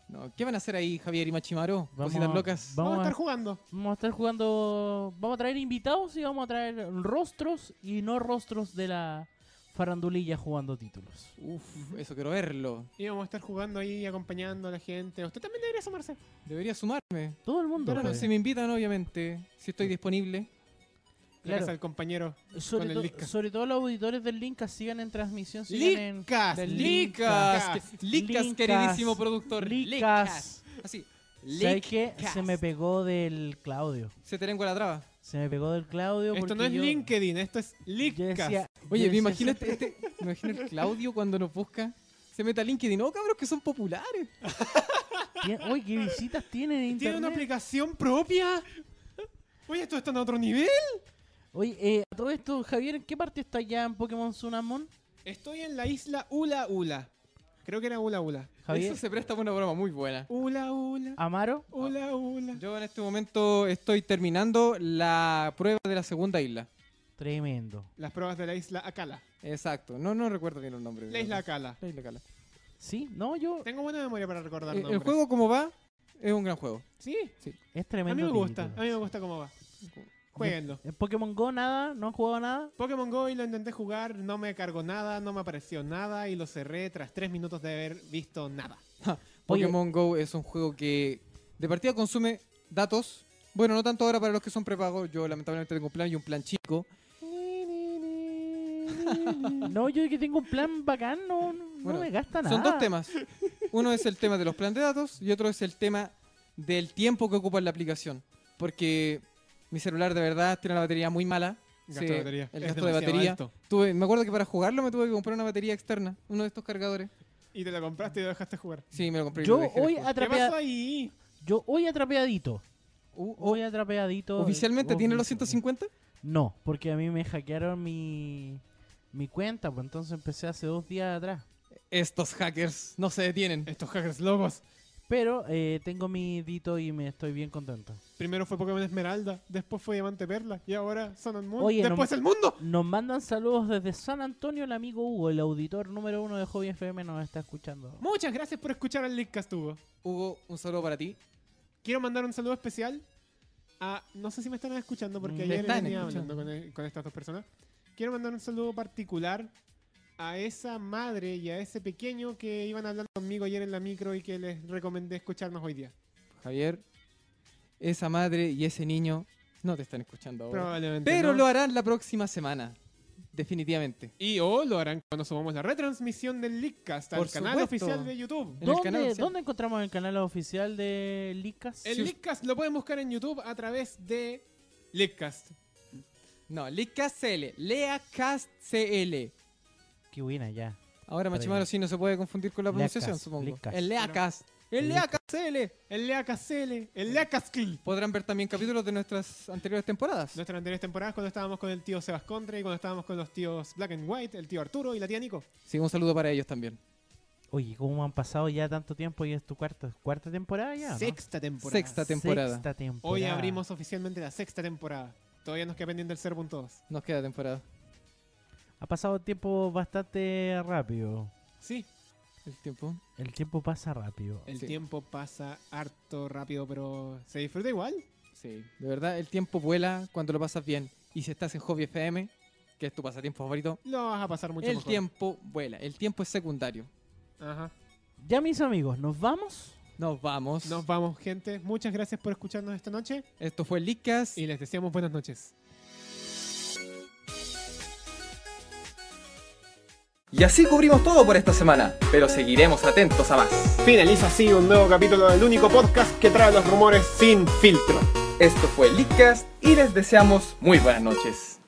Speaker 3: No. ¿Qué van a hacer ahí, Javier y Machimaro?
Speaker 5: Vamos
Speaker 3: Cositas
Speaker 5: a-
Speaker 3: locas.
Speaker 5: Vamos
Speaker 4: Vamos, a
Speaker 5: a-
Speaker 4: estar jugando.
Speaker 5: Vamos a estar jugando. Vamos a traer invitados y vamos a traer rostros y no rostros de la farandulilla jugando títulos.
Speaker 3: Uf, eso quiero verlo.
Speaker 4: Y vamos a estar jugando ahí, acompañando a la gente. Usted también debería sumarse.
Speaker 3: Debería sumarme.
Speaker 5: Todo el mundo.
Speaker 3: Claro,
Speaker 5: puede.
Speaker 3: si me invitan, obviamente. Si estoy disponible.
Speaker 4: La
Speaker 5: Claro.
Speaker 4: casa del compañero. con
Speaker 5: sobre,
Speaker 4: el
Speaker 5: to-
Speaker 4: Leadcast.
Speaker 5: sobre todo los auditores del Lincas sigan en transmisión, sigan en
Speaker 4: Licas.
Speaker 5: del
Speaker 3: Licas,
Speaker 4: Licas.
Speaker 3: Licas,
Speaker 5: Licas,
Speaker 3: queridísimo productor.
Speaker 5: Licas.
Speaker 3: Así.
Speaker 5: ¿Sabes qué?
Speaker 3: Lickcast.
Speaker 5: Se me pegó del Claudio.
Speaker 3: Se te lengua la traba.
Speaker 5: Se me pegó del Claudio.
Speaker 4: Esto
Speaker 5: porque
Speaker 4: no es
Speaker 5: yo-
Speaker 4: LinkedIn, esto es
Speaker 5: yo decía-
Speaker 4: Licas.
Speaker 5: yo
Speaker 3: Oye, me
Speaker 5: decía
Speaker 3: imagino,
Speaker 5: siempre-
Speaker 3: este, este- me imagino el Claudio cuando nos busca. Se mete a LinkedIn. Oh, cabros, que son populares.
Speaker 5: Tien- Uy, qué visitas tiene en
Speaker 4: Tiene una
Speaker 5: internet.
Speaker 4: aplicación propia. Oye, esto está en otro nivel.
Speaker 5: Oye, eh, a todo esto, Javier, ¿en qué parte está ya en Pokémon Sunamon?
Speaker 4: Estoy en la isla Ula Ula. Creo que era Ula Ula.
Speaker 5: Javier,
Speaker 3: Eso se presta para una broma muy buena.
Speaker 4: Ula Ula.
Speaker 5: Amaro,
Speaker 4: Ula Ula.
Speaker 3: Yo en este momento estoy terminando la prueba de la segunda isla.
Speaker 5: tremendo.
Speaker 4: Las pruebas de la isla Acala.
Speaker 3: Exacto. No, no recuerdo bien los nombres.
Speaker 4: La isla Acala.
Speaker 5: Eh,
Speaker 3: La isla Cala.
Speaker 5: Sí, no, yo.
Speaker 4: Tengo buena memoria para recordar
Speaker 3: Eh, el
Speaker 4: nombres.
Speaker 3: juego como va es un gran juego.
Speaker 4: Sí,
Speaker 5: Es
Speaker 4: a mí
Speaker 5: tremendo.
Speaker 4: me gusta.
Speaker 5: título.
Speaker 4: A mí me gusta cómo va. Jueguenlo.
Speaker 5: En Pokémon Go nada, no han jugado nada.
Speaker 4: Pokémon Go y lo intenté jugar, no me cargó nada, no me apareció nada y lo cerré tras tres minutos de haber visto nada.
Speaker 5: Oye.
Speaker 3: Pokémon Go es un juego que de partida consume datos. Bueno, no tanto ahora para los que son prepagos. Yo lamentablemente tengo un plan y un plan chico.
Speaker 5: No, yo que tengo un plan bacán, no, no
Speaker 3: Bueno,
Speaker 5: me gasta nada.
Speaker 3: Son dos temas. Uno es el tema de los planes de datos y otro es el tema del tiempo que ocupa en la aplicación. Porque mi celular de verdad tiene una batería muy mala.
Speaker 4: Gasto
Speaker 3: Sí,
Speaker 4: de batería.
Speaker 3: El
Speaker 4: Es
Speaker 3: gasto de
Speaker 4: demasiado
Speaker 3: batería.
Speaker 4: alto.
Speaker 3: Tuve- me acuerdo que para jugarlo me tuve que comprar una batería externa. Uno de estos cargadores.
Speaker 4: Y te lo compraste y lo dejaste jugar.
Speaker 3: Sí, me lo compré. y
Speaker 5: Yo
Speaker 3: lo dejé
Speaker 5: hoy
Speaker 3: después.
Speaker 4: ¿Qué pasó
Speaker 5: atrapea,
Speaker 4: ahí?
Speaker 5: yo hoy atrapeadito.
Speaker 3: U- o-
Speaker 5: uh,
Speaker 4: Oh,
Speaker 5: Hoy atrapeadito.
Speaker 3: ¿Oficialmente tiene los
Speaker 5: Ofici-
Speaker 3: 150?
Speaker 5: No, porque a mí me hackearon mi mi cuenta, pues entonces empecé hace dos días atrás.
Speaker 3: Estos hackers no se detienen.
Speaker 4: Estos hackers locos.
Speaker 5: Pero eh, tengo mi dito y me estoy bien contento.
Speaker 4: Primero fue Pokémon Esmeralda, después fue Diamante Perla y ahora Sun and Moon.
Speaker 5: Oye,
Speaker 4: después
Speaker 5: no-
Speaker 4: el mundo.
Speaker 5: Nos mandan saludos desde San Antonio el amigo Hugo, el auditor número uno de Hobby FM nos está escuchando.
Speaker 4: Muchas gracias por escuchar al Linkcast, Hugo.
Speaker 3: Hugo, un saludo para ti.
Speaker 4: Quiero mandar un saludo especial a. No sé si me están escuchando porque
Speaker 5: Me
Speaker 4: ayer
Speaker 3: están
Speaker 4: venía
Speaker 3: escuchando.
Speaker 4: hablando con, e-, con estas dos personas. Quiero mandar un saludo particular a esa madre y a ese pequeño que iban hablando conmigo ayer en la micro y que les recomendé escucharnos hoy día.
Speaker 3: Javier, esa madre y ese niño no te están escuchando ahora.
Speaker 4: Probablemente.
Speaker 3: Oh. Pero
Speaker 4: no.
Speaker 3: lo harán la próxima semana. Definitivamente.
Speaker 4: Y o lo harán cuando subamos la retransmisión del Leakcast al
Speaker 3: Por
Speaker 4: canal
Speaker 3: supuesto.
Speaker 4: oficial de YouTube.
Speaker 3: En el
Speaker 5: ¿Dónde,
Speaker 3: canal oficial.
Speaker 5: dónde encontramos el canal oficial de Licas?
Speaker 4: El Leakcast lo pueden buscar en YouTube a través de Leakcast.
Speaker 3: No, LeaCastCL. LeaCastCL.
Speaker 5: Qué buena ya.
Speaker 3: Ahora Machimaro
Speaker 5: bien.
Speaker 3: sí no se puede confundir con la
Speaker 5: Leacast,
Speaker 3: pronunciación, supongo.
Speaker 5: Leacast.
Speaker 3: El Leacast. El
Speaker 5: Leacast.
Speaker 3: LeaCastCL.
Speaker 4: El Leakcast, el Leakcast.
Speaker 3: Podrán ver también capítulos de nuestras anteriores temporadas.
Speaker 4: Nuestras anteriores temporadas cuando estábamos con el tío Sebas Contre y cuando estábamos con los tíos Black and White, el tío Arturo y la tía Nico.
Speaker 3: Sí, un saludo para ellos también.
Speaker 5: Oye, ¿cómo han pasado ya tanto tiempo y es tu cuarta, cuarta temporada ya? o no?
Speaker 4: Sexta temporada.
Speaker 3: Ah, Sexta temporada.
Speaker 5: Sexta temporada.
Speaker 4: Hoy abrimos oficialmente la sexta temporada. Todavía nos queda pendiente el 0.2.
Speaker 3: Nos queda temporada.
Speaker 5: Ha pasado tiempo bastante rápido.
Speaker 4: Sí,
Speaker 3: El tiempo.
Speaker 5: El tiempo pasa rápido.
Speaker 4: el
Speaker 3: Sí.
Speaker 4: tiempo pasa harto rápido, pero se disfruta igual.
Speaker 3: Sí. De verdad, el tiempo vuela cuando lo pasas bien. Y si estás en Hobby FM, que es tu pasatiempo favorito,
Speaker 4: Lo vas a pasar mucho
Speaker 3: el
Speaker 4: mejor.
Speaker 3: tiempo vuela. El tiempo es secundario.
Speaker 4: Ajá.
Speaker 5: Ya mis amigos, ¿nos vamos?
Speaker 3: Nos vamos.
Speaker 4: Nos vamos, gente. Muchas gracias por escucharnos esta noche
Speaker 3: Esto fue Licas.
Speaker 4: y les deseamos buenas noches.
Speaker 6: Y así cubrimos todo por esta semana, pero seguiremos atentos a más.
Speaker 2: Finaliza así un nuevo capítulo del único podcast que trae los rumores sin filtro.
Speaker 6: Esto fue Leakcast y les deseamos muy buenas noches.